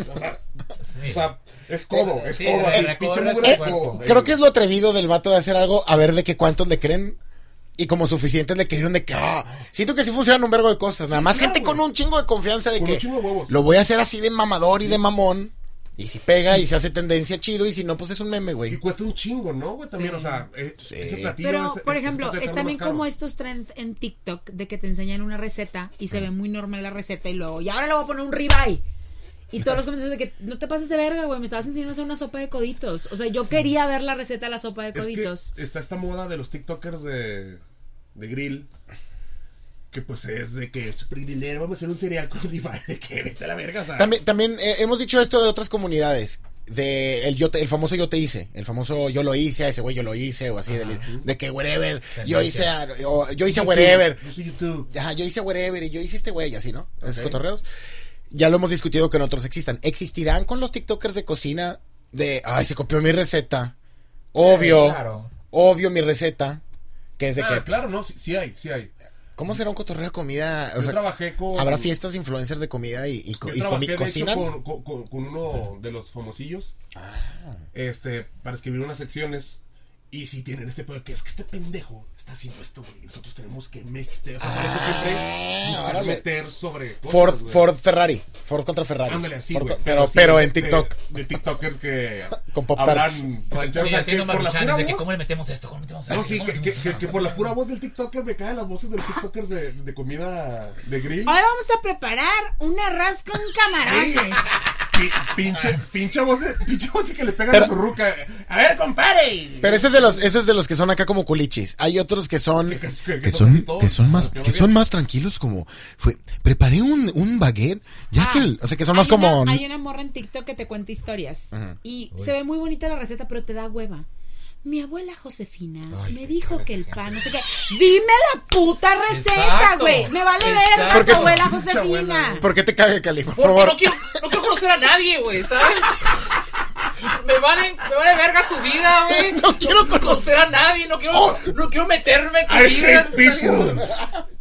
Speaker 2: O sea,
Speaker 1: Sí.
Speaker 2: o sea es codo, es
Speaker 1: Sí,
Speaker 2: codo, así,
Speaker 1: recorre
Speaker 2: pinche
Speaker 1: su
Speaker 2: mugre de
Speaker 1: cuerpo.
Speaker 2: codo.
Speaker 4: Eh, Creo que es lo atrevido del vato de hacer algo a ver de que cuántos le creen. Y como suficientes le creyeron de que, ah, siento que sí funcionan un vergo de cosas. Nada más
Speaker 2: claro,
Speaker 4: gente
Speaker 2: güey.
Speaker 4: con un chingo de confianza de
Speaker 2: Con un
Speaker 4: que
Speaker 2: chingo de huevos.
Speaker 4: lo voy a hacer así de mamador y de mamón. Y si pega y se hace tendencia chido. Y si no, pues es un meme,
Speaker 2: Y
Speaker 4: güey.
Speaker 2: cuesta un chingo, ¿no, güey? También, o sea, eh,
Speaker 4: Sí.
Speaker 2: ese platillo...
Speaker 3: Pero,
Speaker 2: es-
Speaker 3: por
Speaker 2: es- es
Speaker 3: ejemplo,
Speaker 2: parte de
Speaker 3: es
Speaker 2: hacerlo
Speaker 3: también
Speaker 2: más caro.
Speaker 3: como estos trends en TikTok de que te enseñan una receta y se ve muy normal la receta y luego, y ahora le voy a poner un ribeye. Y todos los comentarios de que no te pases de verga, güey, me estabas enseñando a hacer una sopa de coditos. O sea, yo quería ver la receta de la sopa de
Speaker 2: Es que
Speaker 3: coditos.
Speaker 2: está esta moda de los TikTokers de, de grill. Que pues es de que super grillero, vamos a hacer un cereal con rival de que vete a la verga, o sea.
Speaker 4: También, también eh, hemos dicho esto de otras comunidades. De el, yo te- el famoso yo te hice, el famoso yo lo hice, a ese güey yo lo hice, o así, del- de, que wherever, yo hice, a- o yo hice a wherever,
Speaker 2: Yo soy YouTube.
Speaker 4: Ajá, yo hice wherever y yo hice este güey y así, ¿no? Esos
Speaker 2: Ok.
Speaker 4: cotorreos. Ya lo hemos discutido que en otros existan. ¿Existirán con los TikTokers de cocina de, ay, se copió mi receta? Obvio.
Speaker 1: Eh, claro.
Speaker 4: Obvio mi receta. Que es de
Speaker 2: Ah,
Speaker 4: que,
Speaker 2: claro, no, sí, sí hay, sí hay.
Speaker 4: ¿cómo será un cotorreo de comida? O
Speaker 2: Yo
Speaker 4: sea,
Speaker 2: trabajé con.
Speaker 4: Habrá fiestas de influencers de comida y, y co-
Speaker 2: Yo
Speaker 4: y comi-
Speaker 2: trabajé de hecho,
Speaker 4: cocinan.
Speaker 2: con, con- con- con uno de los famosillos.
Speaker 4: Ah.
Speaker 2: Este, para escribir unas secciones. Y si tienen este pedo, que es que este pendejo está haciendo esto, güey. Nosotros tenemos que meter. O sea, por eso siempre buscar
Speaker 4: Ah, órale.
Speaker 2: meter sobre. cosas,
Speaker 4: Ford,
Speaker 2: güey.
Speaker 4: Ford Ferrari. Ford contra Ferrari.
Speaker 2: Ándale, así,
Speaker 4: Ford
Speaker 2: güey.
Speaker 4: co- pero,
Speaker 2: así
Speaker 4: pero
Speaker 2: de-
Speaker 4: en TikTok.
Speaker 2: De, de TikTokers que.
Speaker 4: Con pop tarts.
Speaker 2: hablan rancheros, o
Speaker 1: Sí,
Speaker 2: sea, que
Speaker 1: haciendo
Speaker 2: por la
Speaker 1: maruchanes de
Speaker 2: pura
Speaker 1: que cómo
Speaker 2: voz.
Speaker 1: le metemos esto, cómo le metemos esto.
Speaker 2: No, sí,
Speaker 1: cómo
Speaker 2: que,
Speaker 1: le
Speaker 2: que,
Speaker 1: metemos
Speaker 2: que-
Speaker 1: esto.
Speaker 2: que por la pura voz del TikToker me caen las voces de los TikTokers de, de comida de grill.
Speaker 3: Ahora vamos a preparar un arroz con camarones.
Speaker 2: Pi- pinche, pinche voz, de- pinche voz de que le pegan
Speaker 4: Pero-
Speaker 2: a su ruca. A ver, compadre.
Speaker 4: Pero ese es de los, esos de los que son acá como culichis. Hay otros que son,
Speaker 2: Que- que-
Speaker 4: que,
Speaker 2: que son así
Speaker 4: son,
Speaker 2: todos,
Speaker 4: que son más,
Speaker 2: que
Speaker 4: que son
Speaker 2: bien.
Speaker 4: más tranquilos como, fue, preparé un, un baguette, ya que, el- o sea, que son más
Speaker 3: hay
Speaker 4: como,
Speaker 3: Una, hay una morra en TikTok que te cuenta historias. Y se ve muy bonita la receta, pero te da hueva. Mi abuela Josefina
Speaker 1: Ay,
Speaker 3: me
Speaker 1: qué
Speaker 3: dijo
Speaker 1: cara
Speaker 3: que el
Speaker 1: esa
Speaker 3: pan, no sé qué. Dime la puta receta,
Speaker 1: Exacto,
Speaker 3: güey. Me vale
Speaker 1: exacto.
Speaker 3: verga tu abuela
Speaker 2: Pinche
Speaker 3: Josefina.
Speaker 2: abuela,
Speaker 4: ¿por qué te caga Cali? Por
Speaker 1: Porque
Speaker 4: favor.
Speaker 1: no quiero, no quiero conocer a nadie, güey, ¿sabes? Me vale, me vale verga su vida, güey.
Speaker 4: No quiero
Speaker 1: conocer a nadie, no quiero, no quiero meterme en tu
Speaker 2: I
Speaker 1: vida.
Speaker 2: hate Oh. people.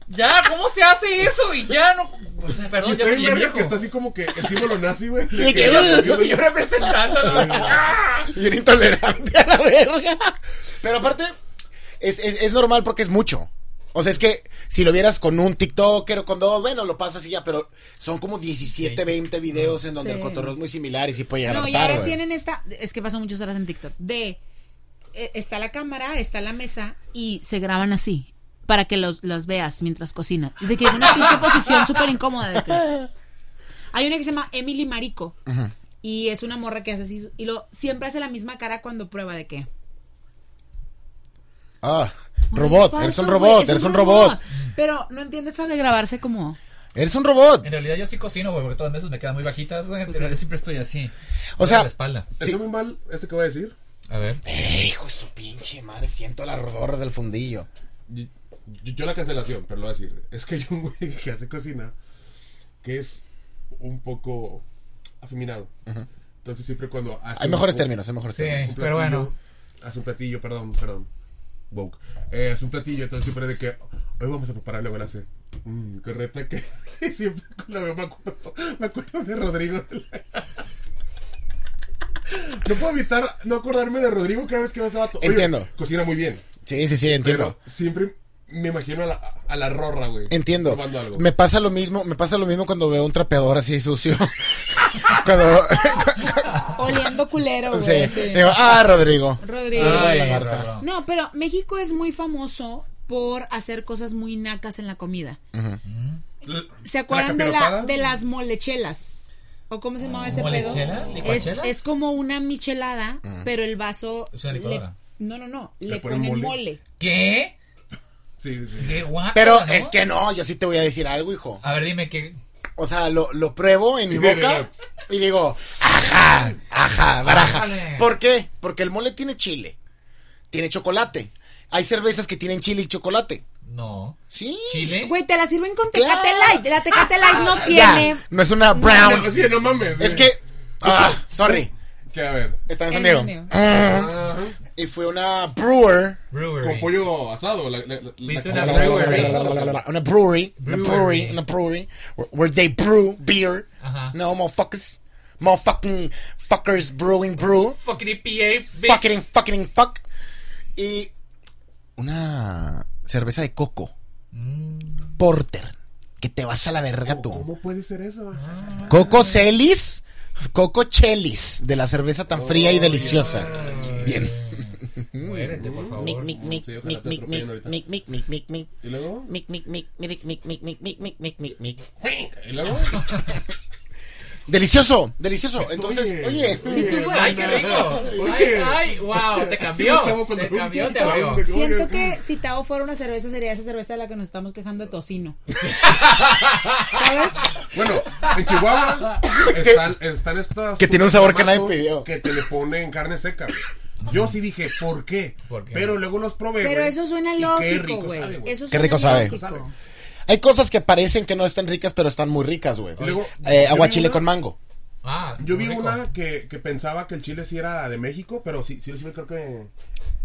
Speaker 1: Ya, ¿cómo se hace eso? Y ya no. O sea,
Speaker 2: Y
Speaker 1: perdón, ya
Speaker 2: está
Speaker 1: soy
Speaker 2: bien
Speaker 1: bien
Speaker 2: verga
Speaker 1: viejo.
Speaker 2: que está así como que el símbolo nazi, güey.
Speaker 4: Y que-
Speaker 1: Yo representando.
Speaker 4: Y era intolerante a la verga. Pero aparte, es, es, es normal porque es mucho. O sea, es que si lo vieras con un TikToker o con dos, bueno, lo pasas y ya, pero son como 17,
Speaker 1: Sí.
Speaker 4: 20 videos en donde
Speaker 3: Sí.
Speaker 4: el cotorreo es muy similar y sí puede llegar a
Speaker 3: No, y
Speaker 4: hartar,
Speaker 3: ahora
Speaker 4: güey.
Speaker 3: tienen esta. Es que pasan muchas horas en TikTok. De. eh, Está la cámara, está la mesa y se graban así. Para que los, las veas mientras cocinan. De que en una pinche posición súper incómoda. de que- Hay una que se llama Emily Marico. Y es una morra que hace así. Y lo, siempre hace la misma cara cuando prueba de qué.
Speaker 4: Ah,
Speaker 3: Güey,
Speaker 4: robot,
Speaker 3: es
Speaker 4: eres un
Speaker 3: falso,
Speaker 4: robot,
Speaker 3: güey, es
Speaker 4: eres un robot.
Speaker 3: Pero no entiendes esa de grabarse como.
Speaker 4: Eres un robot.
Speaker 1: En realidad yo sí cocino, güey, porque todas las mesas me quedan muy bajitas, güey. En realidad siempre estoy así.
Speaker 4: O sea-
Speaker 1: La espalda.
Speaker 2: Está muy mal esto que voy a decir.
Speaker 1: A ver.
Speaker 4: Eh, hijo de su pinche madre, siento la rodorra del fundillo.
Speaker 2: Yo, yo la cancelación, pero lo voy a decir. Es que hay un güey que hace cocina que es un poco afeminado. Entonces siempre cuando hace
Speaker 4: Hay
Speaker 2: un-
Speaker 4: mejores
Speaker 2: un-
Speaker 4: términos, hay mejores
Speaker 1: Sí.
Speaker 4: términos.
Speaker 2: un
Speaker 1: pero
Speaker 2: platillo,
Speaker 1: bueno.
Speaker 2: Hace un platillo, perdón, perdón. Woke. Eh, hace un platillo, entonces siempre de que hoy vamos a prepararle la hace. Mm, correcta que y siempre con la veo, me acuerdo, me acuerdo de Rodrigo. de la- No puedo evitar no acordarme de Rodrigo cada vez que veo a ese vato. Oye,
Speaker 4: Entiendo.
Speaker 2: cocina muy bien.
Speaker 4: Sí, sí, sí, entiendo.
Speaker 2: Pero siempre me imagino a la, a la rorra, güey.
Speaker 4: Entiendo.
Speaker 2: Probando algo.
Speaker 4: Me pasa lo mismo, me pasa lo mismo cuando veo un trapeador así sucio. cuando
Speaker 3: Oliendo culero, güey.
Speaker 4: sí, Ah,
Speaker 3: sí.
Speaker 4: digo, ah, Rodrigo.
Speaker 3: Rodrigo.
Speaker 1: Ay,
Speaker 4: la garza.
Speaker 1: no, no.
Speaker 3: No, pero México es muy famoso por hacer cosas muy nacas en la comida. ¿Se acuerdan de, la,
Speaker 2: capirotada?
Speaker 3: de las molechelas? ¿O cómo se llamaba ese pedo?
Speaker 1: ¿Molechela?
Speaker 3: Es,
Speaker 1: ¿Licuachela?
Speaker 3: es como una michelada, pero el vaso...
Speaker 1: Mm. Es una
Speaker 3: le-
Speaker 1: licuadora.
Speaker 3: no, no, no. Le,
Speaker 2: ponen
Speaker 3: ponen mole.
Speaker 2: mole.
Speaker 1: ¿Qué?
Speaker 2: Sí, sí,
Speaker 4: Eh,
Speaker 2: sí.
Speaker 1: ¿Qué guapo?
Speaker 4: Pero es que no, yo sí te voy a decir algo, hijo.
Speaker 1: A ver, dime qué.
Speaker 4: O sea, lo, lo pruebo en mi
Speaker 2: Y mira,
Speaker 4: boca y digo, ajá, ajá, baraja.
Speaker 1: Ájale.
Speaker 4: ¿Por qué? Porque el mole tiene chile, tiene chocolate. Hay cervezas que tienen chile y chocolate.
Speaker 1: No.
Speaker 4: Sí.
Speaker 1: ¿Chile?
Speaker 3: Güey, te la sirven con
Speaker 4: Claro.
Speaker 3: Tecate Light. La Tecate Light no
Speaker 4: Ya,
Speaker 3: tiene...
Speaker 4: no es una brown.
Speaker 2: No, Ah, pues sí, no mames.
Speaker 4: Es
Speaker 2: sí.
Speaker 4: que, ah, sorry,
Speaker 2: Que a ver.
Speaker 4: está en San
Speaker 3: Es
Speaker 4: Diego. Mm.
Speaker 3: mío.
Speaker 2: Ajá.
Speaker 4: Y fue una brewer.
Speaker 1: Brewery.
Speaker 2: Con pollo asado. La, la- la-
Speaker 1: Viste
Speaker 2: la-
Speaker 1: una
Speaker 2: la-
Speaker 1: brewery.
Speaker 4: Una brewery. Una brewery.
Speaker 1: Brewery.
Speaker 4: Una brewery. Where, where they brew beer.
Speaker 1: Ajá.
Speaker 4: No, motherfuckers. Motherfucking fuckers brewing brew.
Speaker 1: Fucking EPA, bitch.
Speaker 4: Fucking fucking fuck. Y una cerveza de coco. Porter. Que te vas a la verga tú.
Speaker 2: ¿Cómo puede ser eso?
Speaker 1: Ah.
Speaker 4: Coco Celis, Coco Chelis, de la cerveza tan fría y deliciosa. Bien.
Speaker 1: Muérete, por favor.
Speaker 6: Mic, mic, mic,
Speaker 2: Sí, ojalá
Speaker 6: mic,
Speaker 2: te
Speaker 6: mic,
Speaker 2: atropellen
Speaker 6: mic,
Speaker 2: ahorita.
Speaker 6: mic, mic, mic, mic, mic.
Speaker 2: ¿Y luego?
Speaker 6: Mic, mic, mic, mic, mic, mic, mic, mic, mic, mic, mic, mic.
Speaker 2: ¿Y luego?
Speaker 4: Delicioso, delicioso. Entonces, oye,
Speaker 3: Si tú fueras-
Speaker 1: ¡Ay, qué rico! ¡Ay,
Speaker 2: Oye.
Speaker 1: ay! ¡Wow! ¡Te
Speaker 2: Sí, me
Speaker 1: cambió!
Speaker 2: estaba cuando-
Speaker 1: ¡Te cambió,
Speaker 2: sí,
Speaker 1: te
Speaker 2: estaba
Speaker 1: abrió!
Speaker 2: cuando-
Speaker 3: Siento que si Tao fuera una cerveza, sería esa cerveza de la que nos estamos quejando de tocino. ¿Sabes?
Speaker 2: Bueno, en Chihuahua están, están estas.
Speaker 4: Que tiene un sabor que nadie pidió.
Speaker 2: supertamatos Que te le ponen carne seca, güey. Yo sí dije, ¿por qué?
Speaker 1: ¿Por qué?
Speaker 2: Pero luego los probé.
Speaker 3: Pero
Speaker 2: güey,
Speaker 3: eso suena
Speaker 2: y Qué
Speaker 3: lógico,
Speaker 2: rico sabe,
Speaker 3: güey.
Speaker 2: güey.
Speaker 3: Eso
Speaker 4: Qué
Speaker 3: suena
Speaker 4: rico sabe.
Speaker 3: lógico.
Speaker 2: Sabe, güey.
Speaker 4: hay cosas que parecen que no están ricas, pero están muy ricas, güey.
Speaker 2: Y luego,
Speaker 4: Eh,
Speaker 2: yo vi
Speaker 4: aguachile
Speaker 2: una-
Speaker 4: con mango.
Speaker 1: Ah,
Speaker 2: Yo vi
Speaker 1: rico.
Speaker 2: una que, que pensaba que el chile sí era de México, pero sí, sí, sí creo que.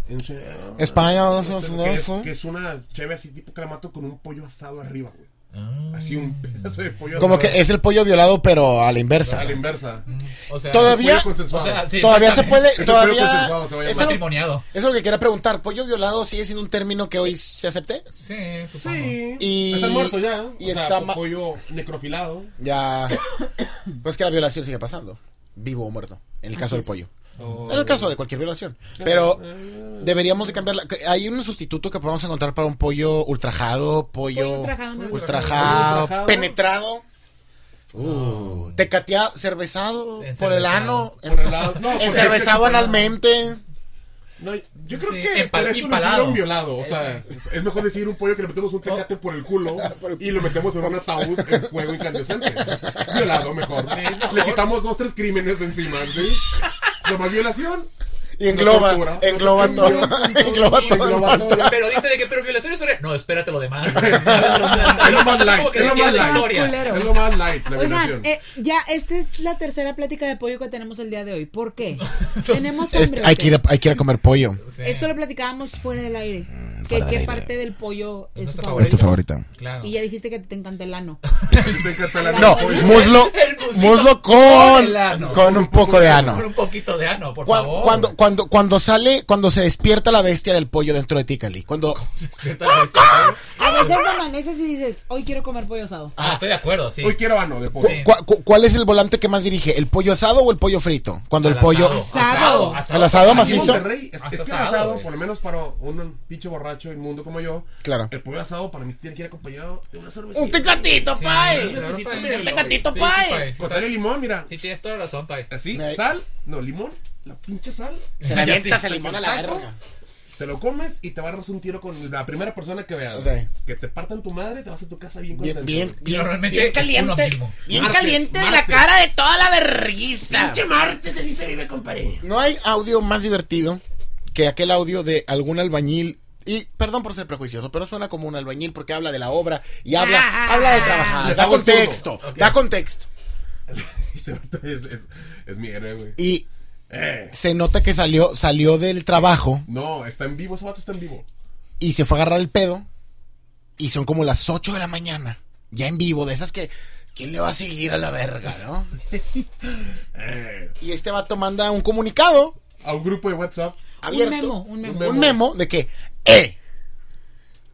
Speaker 2: en-
Speaker 4: España, no sé, no sé, no
Speaker 2: que, es,
Speaker 4: sé.
Speaker 2: que es una cheve así tipo clamato con un pollo asado arriba, güey.
Speaker 1: Ah,
Speaker 2: Así un pedazo de pollo
Speaker 4: Mm. Como
Speaker 2: asado.
Speaker 4: que es el pollo violado, pero a la
Speaker 2: A
Speaker 4: inversa.
Speaker 2: la inversa.
Speaker 1: O sea,
Speaker 4: Todavía-
Speaker 2: Pollo consensuado.
Speaker 1: O sea, sí,
Speaker 4: Todavía se
Speaker 1: exactamente.
Speaker 4: puede,
Speaker 2: Es el pollo
Speaker 4: todavía.
Speaker 2: consensuado, se va a
Speaker 4: Es
Speaker 2: llamar.
Speaker 4: algo,
Speaker 1: Matrimoniado.
Speaker 4: es algo que quería preguntar. ¿Pollo violado sigue siendo un término que hoy se acepte?
Speaker 1: Sí, supongo.
Speaker 2: Sí.
Speaker 4: Y-
Speaker 2: Están muertos ya. O
Speaker 4: y
Speaker 2: sea,
Speaker 4: está ma-
Speaker 2: pollo necrofilado.
Speaker 4: Ya. Pues que la violación sigue pasando. Vivo o muerto. En el caso del
Speaker 3: Así
Speaker 4: pollo.
Speaker 3: es.
Speaker 2: O-
Speaker 4: En el caso de cualquier violación. Pero deberíamos de cambiarla. Que Hay un sustituto que podemos encontrar para un pollo ultrajado, pollo,
Speaker 3: Pollo ultrajado, me gusta.
Speaker 4: ultrajado,
Speaker 2: Pollo ultrajado.
Speaker 4: penetrado. Uh, tecateado, cervezado,
Speaker 1: Encervezado.
Speaker 4: por el ano,
Speaker 2: Por el lado- no, por el-
Speaker 4: encervezado analmente.
Speaker 2: No, yo creo
Speaker 1: Sí,
Speaker 2: que
Speaker 1: empal-
Speaker 2: por eso lo
Speaker 1: empalado.
Speaker 2: hicieron violado. O sea, es mejor decir un pollo que le metemos un tecate por el culo y lo metemos en un ataúd en fuego incandescente. Violado, mejor.
Speaker 1: Sí, mejor.
Speaker 2: Le quitamos dos, tres crímenes encima, ¿sí? Lo más violación.
Speaker 4: Y engloba,
Speaker 2: tortura.
Speaker 4: engloba todo. engloba todo.
Speaker 2: Engloba todo.
Speaker 1: Pero dice de que, pero violaciones son... No, espérate lo demás. ¿sabes? O sea,
Speaker 2: Es lo más light,
Speaker 1: como que
Speaker 2: es lo
Speaker 1: entiende
Speaker 2: más
Speaker 1: la
Speaker 2: light.
Speaker 1: historia.
Speaker 3: Culero.
Speaker 2: Es lo más light, la violación.
Speaker 3: Oigan, eh, ya, esta es la tercera plática de pollo que tenemos el día de hoy. ¿Por qué? Tenemos
Speaker 4: Este,
Speaker 3: hambre. o
Speaker 4: hay,
Speaker 3: qué?
Speaker 4: que ir a, hay que ir a comer pollo.
Speaker 1: Sí,
Speaker 3: Esto lo platicábamos Mm, fuera del aire. ¿Qué,
Speaker 4: fuera del
Speaker 3: qué
Speaker 4: aire.
Speaker 3: parte del pollo es
Speaker 1: nuestro
Speaker 3: tu
Speaker 1: favorito.
Speaker 4: Es
Speaker 3: favorito?
Speaker 4: tu favorita.
Speaker 1: Claro.
Speaker 3: Y ya dijiste que te encanta el ano.
Speaker 2: Te encanta la-
Speaker 4: No, muslo,
Speaker 1: El
Speaker 4: muslo
Speaker 1: muslito
Speaker 4: con,
Speaker 1: con el ano.
Speaker 4: con un poco de ano.
Speaker 1: Con un poquito de ano, por
Speaker 4: Cuan-
Speaker 1: favor.
Speaker 4: Cuando, cuando, cuando sale, cuando se despierta la bestia del pollo dentro de ti, Cali. Cuando.
Speaker 3: A veces amaneces y dices, hoy quiero comer pollo asado.
Speaker 1: Ah, estoy de acuerdo, sí.
Speaker 2: Hoy quiero ano de pollo.
Speaker 1: Sí.
Speaker 4: cua- cu- ¿Cuál es el volante que más dirige? ¿El pollo asado o el pollo frito? Cuando el
Speaker 1: Al
Speaker 4: pollo.
Speaker 3: Asado.
Speaker 4: El asado
Speaker 2: Aquí en
Speaker 4: macizo.
Speaker 2: Monterrey, es,
Speaker 1: Hasta
Speaker 2: es que el
Speaker 1: asado,
Speaker 2: asado,
Speaker 1: güey.
Speaker 2: por lo menos para un pinche borracho inmundo como yo,
Speaker 4: Claro.
Speaker 2: el pollo asado para mí tiene que ir acompañado de una cervecita.
Speaker 4: Un tecatito,
Speaker 1: Sí,
Speaker 4: pay.
Speaker 1: claro,
Speaker 4: Un
Speaker 1: pai.
Speaker 4: tecatito,
Speaker 1: Sí, sí,
Speaker 4: pay.
Speaker 1: pai, sí,
Speaker 2: Con
Speaker 1: pai.
Speaker 2: sal y limón, mira.
Speaker 1: Sí, tienes toda la razón, Pai.
Speaker 2: Así,
Speaker 4: Ay.
Speaker 2: sal, no, limón, la pinche sal.
Speaker 4: Se
Speaker 1: Ya
Speaker 4: le avientas
Speaker 1: sí.
Speaker 4: el limón a la verga.
Speaker 2: Te lo comes y te barras un tiro con la primera persona que veas.
Speaker 4: Sí.
Speaker 2: Que te partan tu madre, te vas a tu casa bien
Speaker 4: Bien,
Speaker 2: contento.
Speaker 4: bien,
Speaker 1: Y
Speaker 4: bien,
Speaker 1: normalmente
Speaker 4: bien
Speaker 1: es uno
Speaker 4: caliente.
Speaker 1: mismo.
Speaker 4: Bien
Speaker 2: Martes,
Speaker 4: caliente de la
Speaker 2: martes.
Speaker 4: cara de toda la vergüenza.
Speaker 2: martes, así se vive, compadre.
Speaker 4: No hay audio más divertido que aquel audio de algún albañil. Y perdón por ser prejuicioso, pero suena como un albañil porque habla de la obra y habla,
Speaker 3: Ah,
Speaker 4: habla de
Speaker 2: le
Speaker 4: trabajar, da
Speaker 2: pago el
Speaker 4: contexto,
Speaker 1: turno. Ok.
Speaker 4: da contexto.
Speaker 2: es, es, es mi héroe, güey.
Speaker 4: Y
Speaker 2: Eh,
Speaker 4: se nota que salió, salió del trabajo
Speaker 2: no, está en vivo, ese vato está en vivo.
Speaker 4: y se fue a agarrar el pedo. Y son como las 8 de la mañana, ya en vivo, de esas que. ¿Quién le va a seguir a la verga, no?
Speaker 2: Eh,
Speaker 4: Y este vato manda un comunicado
Speaker 2: a un grupo de WhatsApp.
Speaker 4: abierto.
Speaker 3: Un memo, un memo.
Speaker 2: memo.
Speaker 4: un memo de que, eh,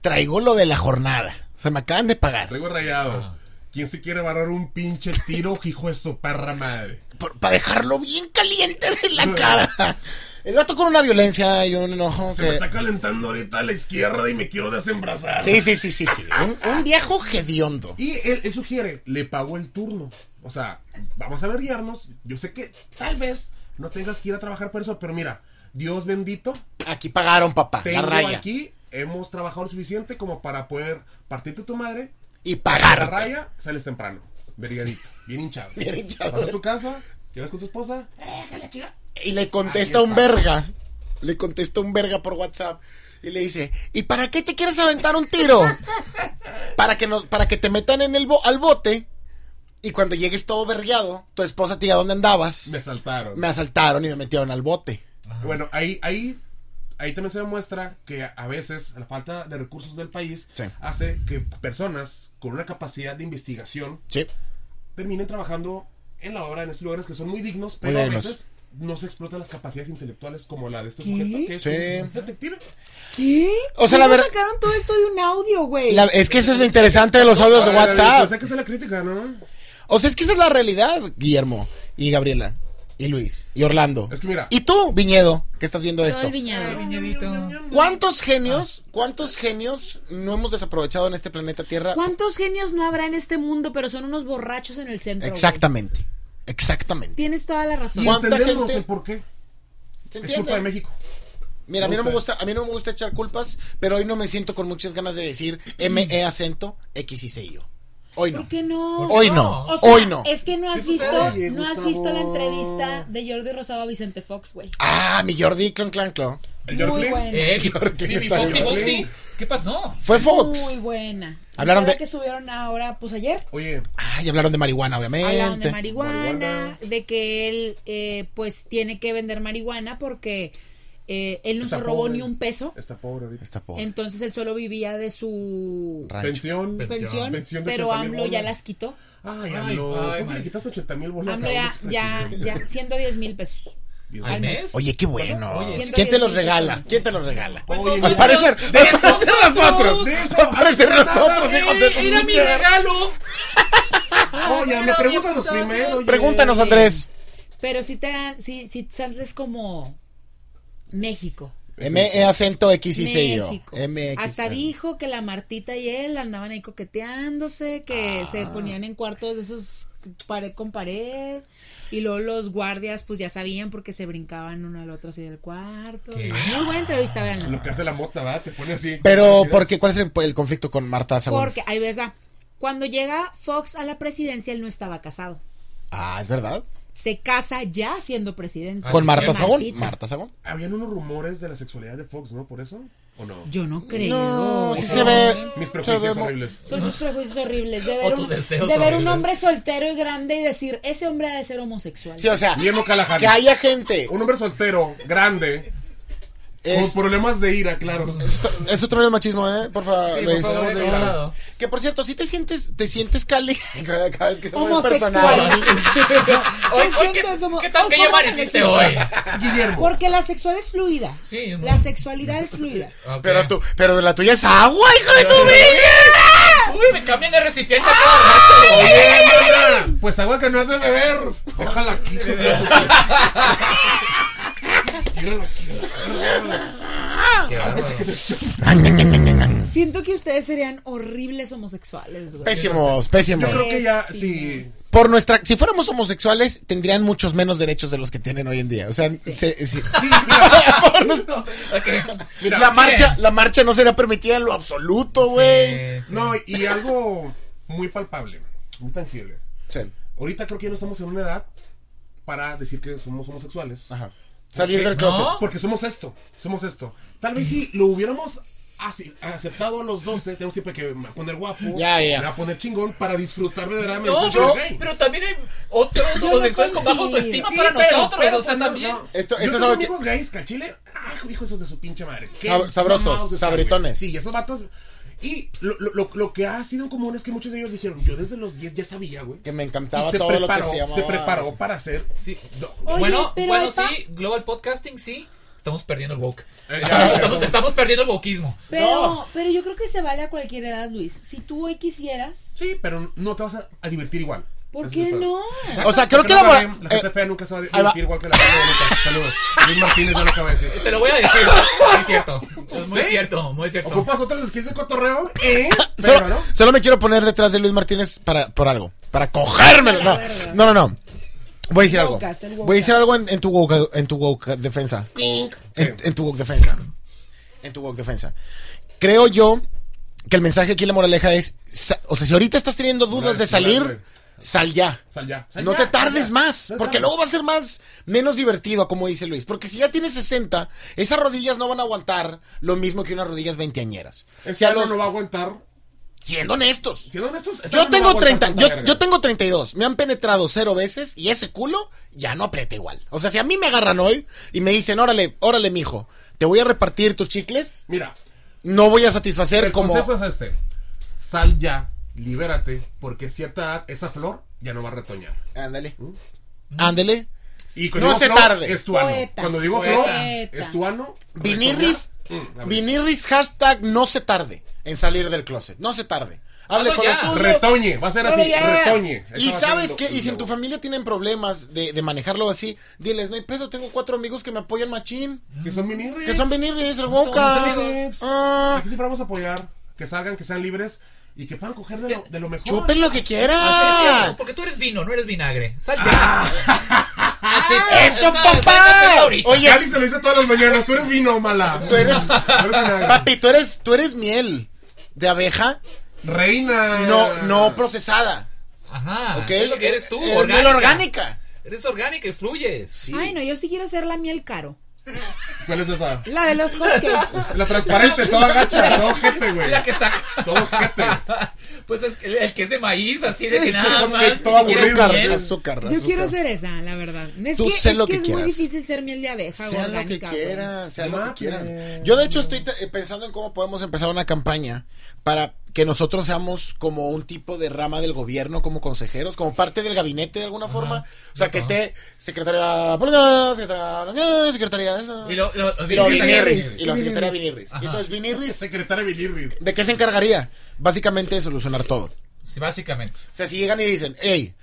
Speaker 4: traigo lo de la jornada. Se me acaban de pagar.
Speaker 2: Traigo rayado. ¿Quién se quiere barrar un pinche tiro, hijo de su perra madre?
Speaker 4: Para dejarlo bien caliente de la cara. El vato con una violencia y un enojo.
Speaker 2: Se
Speaker 4: que-
Speaker 2: me está calentando ahorita a la izquierda y me quiero desembrazar.
Speaker 4: Sí, sí, sí, sí, sí. Un, un viejo hediondo.
Speaker 2: Y él, él sugiere, le pagó el turno. O sea, vamos a verguiarnos. Yo sé que tal vez no tengas que ir a trabajar por eso, pero mira, Dios bendito,
Speaker 4: Aquí pagaron, papá. La
Speaker 2: tengo
Speaker 4: raya.
Speaker 2: aquí, hemos trabajado lo suficiente como para poder partirte tu madre.
Speaker 4: Y
Speaker 2: La
Speaker 4: pagaron.
Speaker 2: raya, sales temprano, brigadito, bien hinchado.
Speaker 4: Bien hinchado.
Speaker 2: Vas a tu casa, llegas con tu esposa, eh, que la chica.
Speaker 4: Y le contesta un verga. Le contesta un verga por WhatsApp. Y le dice, ¿y para qué te quieres aventar un tiro? Para que, nos, para que te metan en el bo- al bote. Y cuando llegues todo vergueado, tu esposa te diga dónde andabas.
Speaker 2: Me saltaron.
Speaker 4: Me asaltaron y me metieron al bote.
Speaker 2: Bueno, ahí, ahí ahí también se demuestra que a veces la falta de recursos del país
Speaker 4: Sí.
Speaker 2: hace que personas con una capacidad de investigación
Speaker 4: Sí.
Speaker 2: terminen trabajando en la obra en esos lugares que son muy dignos, pero a
Speaker 4: dignos.
Speaker 2: veces no se explotan las capacidades intelectuales como la de este
Speaker 3: ¿Qué?
Speaker 2: sujeto que es
Speaker 4: Sí.
Speaker 2: un detective.
Speaker 3: ¿Qué?
Speaker 4: O sea, la
Speaker 3: ¿Cómo
Speaker 4: verdad-
Speaker 3: sacaron todo esto de un audio, güey?
Speaker 4: La- es que eso es lo interesante de los audios de
Speaker 2: Ahora, Pues
Speaker 4: WhatsApp.
Speaker 2: hay que hacer la crítica, ¿no?
Speaker 4: O sea, es que esa es la realidad, Guillermo y Gabriela y Luis y Orlando.
Speaker 2: Es que mira.
Speaker 4: Y tú, Viñedo, que estás viendo
Speaker 3: Todo
Speaker 4: esto.
Speaker 3: el viñedo.
Speaker 4: ¿Cuántos genios, cuántos genios no hemos desaprovechado en este planeta Tierra?
Speaker 3: ¿Cuántos genios no habrá en este mundo, pero son unos borrachos en el centro? güey?
Speaker 4: Exactamente. Exactamente.
Speaker 3: Tienes toda la razón.
Speaker 2: Y
Speaker 4: ¿Cuánta
Speaker 2: entendemos
Speaker 4: gente?
Speaker 2: el por qué.
Speaker 4: ¿Se
Speaker 2: Es culpa de
Speaker 4: entiende?
Speaker 2: México.
Speaker 4: Mira, a mí no
Speaker 2: O
Speaker 4: me
Speaker 2: sea-
Speaker 4: gusta, a mí no me gusta echar culpas, pero hoy no me siento con muchas ganas de decir ME acento X y C yo. Hoy no.
Speaker 3: ¿Por qué no?
Speaker 4: Hoy no.
Speaker 1: no?
Speaker 3: O sea,
Speaker 4: Hoy no.
Speaker 3: Es que no has
Speaker 2: Sí,
Speaker 3: visto,
Speaker 2: sucede,
Speaker 3: no has
Speaker 2: Gustavo.
Speaker 3: visto la entrevista de Jordi Rosado a Vicente Fox, güey.
Speaker 4: Ah, mi Jordi Clon Clan Clon.
Speaker 2: El
Speaker 3: Muy
Speaker 2: Jordi
Speaker 3: buena.
Speaker 1: Eh,
Speaker 4: Jordi
Speaker 1: mi- mi
Speaker 4: está
Speaker 1: Foxy
Speaker 2: bien.
Speaker 1: Foxy, ¿qué pasó?
Speaker 4: Fue Fox.
Speaker 3: Muy buena.
Speaker 4: Hablaron
Speaker 3: Ahora
Speaker 4: de-
Speaker 3: que subieron ahora, pues ayer.
Speaker 2: Oye,
Speaker 4: Ah, y hablaron de marihuana, obviamente.
Speaker 3: Hablaron de marihuana,
Speaker 2: Marihuana.
Speaker 3: de que él, eh, pues, tiene que vender marihuana porque eh, él no
Speaker 2: Está
Speaker 3: se robó
Speaker 2: pobre.
Speaker 3: ni un peso.
Speaker 2: está pobre ahorita.
Speaker 4: Está pobre.
Speaker 3: Entonces él solo vivía de su
Speaker 4: Rancho.
Speaker 2: Pensión.
Speaker 1: Pensión.
Speaker 3: pensión,
Speaker 2: Pensión de
Speaker 3: pero
Speaker 2: 80,000
Speaker 3: AMLO ya
Speaker 2: bolas.
Speaker 3: las quitó.
Speaker 2: Ay,
Speaker 1: Ay, ay,
Speaker 2: AMLO. ¿Por qué
Speaker 1: man.
Speaker 2: le quitaste 80 mil bolas?
Speaker 3: AMLO
Speaker 2: a
Speaker 3: ya,
Speaker 2: otros
Speaker 3: ya, ya, 110 mil pesos.
Speaker 2: presidentes?
Speaker 1: ¿Al mes?
Speaker 4: Oye, qué bueno.
Speaker 1: Oye,
Speaker 4: ¿Quién te
Speaker 3: 110
Speaker 4: los
Speaker 3: mil
Speaker 4: regala?
Speaker 3: personas.
Speaker 4: ¿Quién te los regala?
Speaker 3: Pues,
Speaker 1: Oye,
Speaker 4: Al
Speaker 1: mira.
Speaker 4: parecer, al parecer
Speaker 1: nosotros.
Speaker 4: nosotros.
Speaker 2: Sí,
Speaker 4: Al parecer nosotros,
Speaker 1: Eh,
Speaker 4: hijos de su
Speaker 1: era mi
Speaker 4: pinche madre.
Speaker 1: regalo.
Speaker 2: Oye, AMLO,
Speaker 3: Pero bien
Speaker 2: pregúntanos
Speaker 3: puto,
Speaker 2: primero.
Speaker 3: sí.
Speaker 2: oye.
Speaker 4: Pregúntanos, Andrés.
Speaker 3: Pero si te dan, si, si sales como México.
Speaker 4: ME acento X y E C yo.
Speaker 3: México.
Speaker 1: E
Speaker 4: MX.
Speaker 3: Hasta dijo que la Martita y él andaban ahí coqueteándose, que
Speaker 4: Ah.
Speaker 3: se ponían en cuartos de esos pared con pared. Y luego los guardias, pues ya sabían porque se brincaban uno al otro así del cuarto.
Speaker 1: ¿Qué?
Speaker 3: Muy buena entrevista, veanla.
Speaker 2: Lo que hace la mota, ¿verdad? Te pone así.
Speaker 4: Pero,
Speaker 2: Felicidades.
Speaker 4: ¿por qué? ¿cuál es el, el conflicto con Marta Sagún?
Speaker 3: Porque, ahí ves, ah, cuando llega Fox a la presidencia, él no estaba casado.
Speaker 4: Ah, es verdad.
Speaker 3: Se casa ya siendo presidente.
Speaker 1: Ah,
Speaker 4: Con
Speaker 1: sí,
Speaker 4: Marta
Speaker 1: sí,
Speaker 4: Sagún.
Speaker 3: Martita.
Speaker 4: Marta Sagún.
Speaker 2: Habían unos rumores de la sexualidad de Fox, ¿no? ¿Por eso? ¿O no?
Speaker 3: Yo no creo.
Speaker 4: No, sí
Speaker 3: Eso-
Speaker 4: se ve.
Speaker 2: Mis
Speaker 4: se ve
Speaker 2: prejuicios
Speaker 4: mo-
Speaker 2: horribles.
Speaker 3: Son mis prejuicios horribles.
Speaker 1: O
Speaker 3: De ver,
Speaker 1: tus
Speaker 3: un,
Speaker 1: deseos
Speaker 3: de ver un
Speaker 1: horribles.
Speaker 3: hombre soltero y grande y decir, ese hombre ha de ser homosexual.
Speaker 4: Sí, o sea,
Speaker 2: Guillermo Callahan.
Speaker 4: que haya gente.
Speaker 2: Un hombre soltero, grande,
Speaker 4: es-
Speaker 2: con problemas de ira, claro.
Speaker 4: eso también es machismo, ¿eh? Por favor,
Speaker 1: Sí, por
Speaker 4: Luis.
Speaker 1: favor, de cada lado.
Speaker 4: Que por cierto, si te sientes, te sientes cali cada cada vez que se mueve el
Speaker 3: Homosexual.
Speaker 4: personal.
Speaker 1: Hoy- hoy, ¿Qué,
Speaker 3: siento, somos-
Speaker 1: qué tan
Speaker 3: hoy
Speaker 1: bello
Speaker 3: somos
Speaker 1: amaneciste hoy?
Speaker 3: progresistas.
Speaker 2: Guillermo.
Speaker 3: Porque la sexual es fluida.
Speaker 1: Sí, es
Speaker 3: La
Speaker 1: muy-
Speaker 3: sexualidad es fluida.
Speaker 1: Ok.
Speaker 4: Pero tú, pero la tuya es agua, hijo de tu vida.
Speaker 1: Uy, me cambian de recipiente a cada rato.
Speaker 2: Guillermo, Pues agua que no hace beber. Déjala aquí. hijo de su- Tírala aquí.
Speaker 1: Qué bárbaro.
Speaker 3: Siento que ustedes serían horribles homosexuales,
Speaker 4: Pues,
Speaker 3: güey.
Speaker 4: Pésimos, pésimos.
Speaker 2: Yo creo que ya,
Speaker 3: Pésimos.
Speaker 2: sí.
Speaker 4: Por nuestra, si fuéramos homosexuales, tendrían muchos menos derechos de los que tienen hoy en día. O sea, se- se- Por nos-
Speaker 1: Ok.
Speaker 2: Mira,
Speaker 4: la
Speaker 1: ¿qué?
Speaker 4: marcha, la marcha no sería permitida en lo absoluto, güey.
Speaker 1: Sí, sí.
Speaker 2: No, y algo muy palpable, muy tangible.
Speaker 4: Sí.
Speaker 2: Ahorita creo que ya no estamos en una edad para decir que somos homosexuales.
Speaker 4: Ajá. Salir del
Speaker 2: No.
Speaker 4: closet.
Speaker 1: ¿No?
Speaker 2: Porque somos esto, somos esto. Tal vez si lo hubiéramos ace- aceptado a los 12, tenemos tiempo de que me va a poner guapo,
Speaker 4: Ya, ya.
Speaker 2: me va a poner chingón para disfrutar verdaderamente.
Speaker 1: No,
Speaker 2: Yo-
Speaker 1: pero, pero también hay otros
Speaker 3: Yo
Speaker 1: homosexuales
Speaker 3: no
Speaker 1: con baja
Speaker 3: consigo.
Speaker 1: autoestima
Speaker 2: Sí,
Speaker 1: para
Speaker 2: pero-
Speaker 1: nosotros.
Speaker 2: pero,
Speaker 1: o sea,
Speaker 2: pues, no,
Speaker 1: también.
Speaker 2: no.
Speaker 4: Esto- esto
Speaker 2: Yo
Speaker 4: es
Speaker 2: tengo
Speaker 4: algo que-
Speaker 2: amigos gays que al chile, ah, hijo, esos de su pinche madre. Qué
Speaker 4: Sab- sabrosos,
Speaker 2: mamados están,
Speaker 4: sabritones.
Speaker 2: güey. Sí, y esos vatos. Y lo, lo- lo- lo que ha sido en común es que muchos de ellos dijeron, yo desde los 10 ya sabía, güey.
Speaker 4: Que me
Speaker 2: Y
Speaker 4: encantaba
Speaker 2: se
Speaker 4: todo
Speaker 2: preparó,
Speaker 4: lo que se llamaba.
Speaker 2: se preparó para hacer.
Speaker 1: Sí.
Speaker 2: Do-
Speaker 3: Oye,
Speaker 1: bueno,
Speaker 3: pero
Speaker 1: bueno
Speaker 3: ahí pa-
Speaker 1: sí, Global Podcasting sí. Estamos perdiendo el woke.
Speaker 2: Eh, ya, ya,
Speaker 1: Estamos, estamos- estamos perdiendo el wokeismo.
Speaker 3: Pero,
Speaker 4: No.
Speaker 3: pero yo creo que se vale a cualquier edad, Luis. Si tú hoy quisieras,
Speaker 2: Sí, pero no te vas a, a divertir igual.
Speaker 3: ¿por
Speaker 2: Ese es
Speaker 3: qué
Speaker 2: el
Speaker 3: no?
Speaker 2: pedo.
Speaker 4: O sea, creo
Speaker 2: Porque
Speaker 4: que
Speaker 2: no
Speaker 4: la
Speaker 2: saben,
Speaker 4: mora-
Speaker 2: la gente
Speaker 4: eh,
Speaker 2: fea nunca se va a
Speaker 4: ahí va.
Speaker 2: divertir igual que la gente bonita. Saludos. Luis Martínez ya lo acaba de decir.
Speaker 1: Te lo voy a decir. Sí, es cierto. Es muy
Speaker 2: ¿Eh?
Speaker 1: cierto, muy cierto.
Speaker 2: Ocupas otras skills de cotorreo, ¿eh?
Speaker 4: Solo,
Speaker 2: Pero, ¿no?
Speaker 4: solo me quiero poner detrás de Luis Martínez para, por algo. Para cogérmelo. No, no, no. no. Voy a decir algo.
Speaker 3: Wokast, el
Speaker 4: Voy a decir
Speaker 3: wokast.
Speaker 4: algo en, en tu woke, en tu woke defensa. En, en tu woke defensa. En tu woke defensa. Creo yo que el mensaje aquí, la moraleja es, sa- o sea, si ahorita estás teniendo dudas
Speaker 2: Claro,
Speaker 4: de
Speaker 2: claro,
Speaker 4: salir,
Speaker 2: güey.
Speaker 4: sal ya.
Speaker 2: Sal ya, sal
Speaker 4: no
Speaker 2: ya,
Speaker 4: te
Speaker 2: sal
Speaker 4: tardes
Speaker 2: ya.
Speaker 4: más,
Speaker 2: No te
Speaker 4: porque
Speaker 2: tardes.
Speaker 4: luego va a ser más, menos divertido, como dice Luis. Porque si ya tienes 60, esas rodillas no van a aguantar lo mismo que unas rodillas veinteañeras.
Speaker 2: El
Speaker 4: Si a
Speaker 2: cielo
Speaker 4: los-
Speaker 2: no va a aguantar.
Speaker 4: siendo honestos.
Speaker 2: Siendo honestos, el
Speaker 4: Yo
Speaker 2: cielo no va a
Speaker 4: tengo
Speaker 2: aguantar
Speaker 4: 30,
Speaker 2: tanta
Speaker 4: yo,
Speaker 2: verga.
Speaker 4: yo tengo 32. Me han penetrado cero veces y ese culo ya no aprieta igual. O sea, si a mí me agarran hoy y me dicen, órale, órale, mijo, te voy a repartir tus chicles,
Speaker 2: Mira,
Speaker 4: no voy a satisfacer
Speaker 2: el
Speaker 4: como...
Speaker 2: consejo es este. Sal ya, libérate, porque a cierta edad esa flor ya no va a retoñar.
Speaker 4: Ándale.
Speaker 2: Uh.
Speaker 4: Ándale.
Speaker 2: Y
Speaker 4: No
Speaker 2: digo
Speaker 4: se
Speaker 2: flor,
Speaker 4: tarde.
Speaker 2: Es tu ano.
Speaker 3: Poeta.
Speaker 2: Cuando digo
Speaker 1: Poeta.
Speaker 2: flor,
Speaker 3: Poeta.
Speaker 2: es tu ano.
Speaker 4: Vinirris,
Speaker 2: retoñar. Mm, a ver.
Speaker 4: Vinirris hashtag no se tarde en salir del closet. No se tarde. Hable
Speaker 1: Hazlo
Speaker 4: con
Speaker 1: ya.
Speaker 4: los suyos.
Speaker 2: Retoñe, va a ser
Speaker 4: Pero
Speaker 2: así,
Speaker 4: ya.
Speaker 2: retoñe. Eso
Speaker 4: Y
Speaker 2: va a ser
Speaker 4: sabes
Speaker 2: lo-
Speaker 4: que, y si en
Speaker 2: lo-
Speaker 4: tu familia tienen problemas de, de manejarlo así, diles, no hay pedo, tengo cuatro amigos que me apoyan machín.
Speaker 2: Que son vinirris.
Speaker 4: Que son vinirris, el Wonka.
Speaker 1: mis
Speaker 2: Vinirris.
Speaker 4: Ah,
Speaker 2: Aquí siempre vamos a apoyar. Que salgan, que sean libres. Y que puedan coger de lo, de lo mejor.
Speaker 4: chupen lo que
Speaker 1: Así es cierto,
Speaker 4: quieran.
Speaker 1: porque tú eres vino, no eres vinagre. Sal ya. Así-
Speaker 4: Ah.
Speaker 1: sal,
Speaker 4: ¡Eso,
Speaker 1: sal,
Speaker 4: papá!
Speaker 1: sal ahorita.
Speaker 4: Oye,
Speaker 2: Cali se lo dice todas las mañanas. Tú eres vino, mala.
Speaker 4: tú eres.
Speaker 2: Tú eres vinagre.
Speaker 4: Papi, tú eres, tú eres miel de abeja
Speaker 2: Reina.
Speaker 4: no, no procesada.
Speaker 1: Ajá.
Speaker 4: ¿Ok?
Speaker 1: Ah, Es lo que eres tú,
Speaker 4: Eres miel orgánica.
Speaker 1: Eres orgánica y fluyes.
Speaker 3: Ay, no, yo sí quiero ser la miel caro.
Speaker 2: ¿Cuál es esa?
Speaker 3: La de los hotcakes.
Speaker 2: La transparente, toda gacha. Todo gente, güey.
Speaker 1: La que saca.
Speaker 2: Todo gente.
Speaker 1: Pues es que el, el que es de maíz, así de que
Speaker 2: Sí,
Speaker 1: nada
Speaker 2: chocolate,
Speaker 1: más.
Speaker 2: todo
Speaker 1: ni siquiera
Speaker 4: Azúcar,
Speaker 1: miel.
Speaker 4: azúcar,
Speaker 3: Yo
Speaker 4: azúcar.
Speaker 3: quiero ser esa, la verdad. Es
Speaker 4: Tú
Speaker 3: que,
Speaker 4: sé
Speaker 3: es,
Speaker 4: lo
Speaker 3: que
Speaker 4: que
Speaker 3: es
Speaker 4: quieras.
Speaker 3: muy difícil ser miel de abeja. o
Speaker 4: Sean lo que
Speaker 3: orgánica, güey.
Speaker 4: quieran, sean lo que
Speaker 2: Mate.
Speaker 4: quieran. Yo de hecho estoy te- eh, pensando en cómo podemos empezar una campaña para que nosotros seamos como un tipo de rama del gobierno, como consejeros, como parte del gabinete de alguna forma. O sea, que esté secretaria Pulga, secretaria, secretaria esa,
Speaker 1: Y lo, lo- lo-
Speaker 4: y luego
Speaker 1: Vinirris.
Speaker 4: Vinirris, y la secretaria Vinirris. Y entonces Vinirris,
Speaker 2: Secretaria Bilirris.
Speaker 4: ¿de qué se encargaría? Básicamente de solucionar todo.
Speaker 1: Sí, básicamente.
Speaker 4: O sea, si llegan y dicen, hey,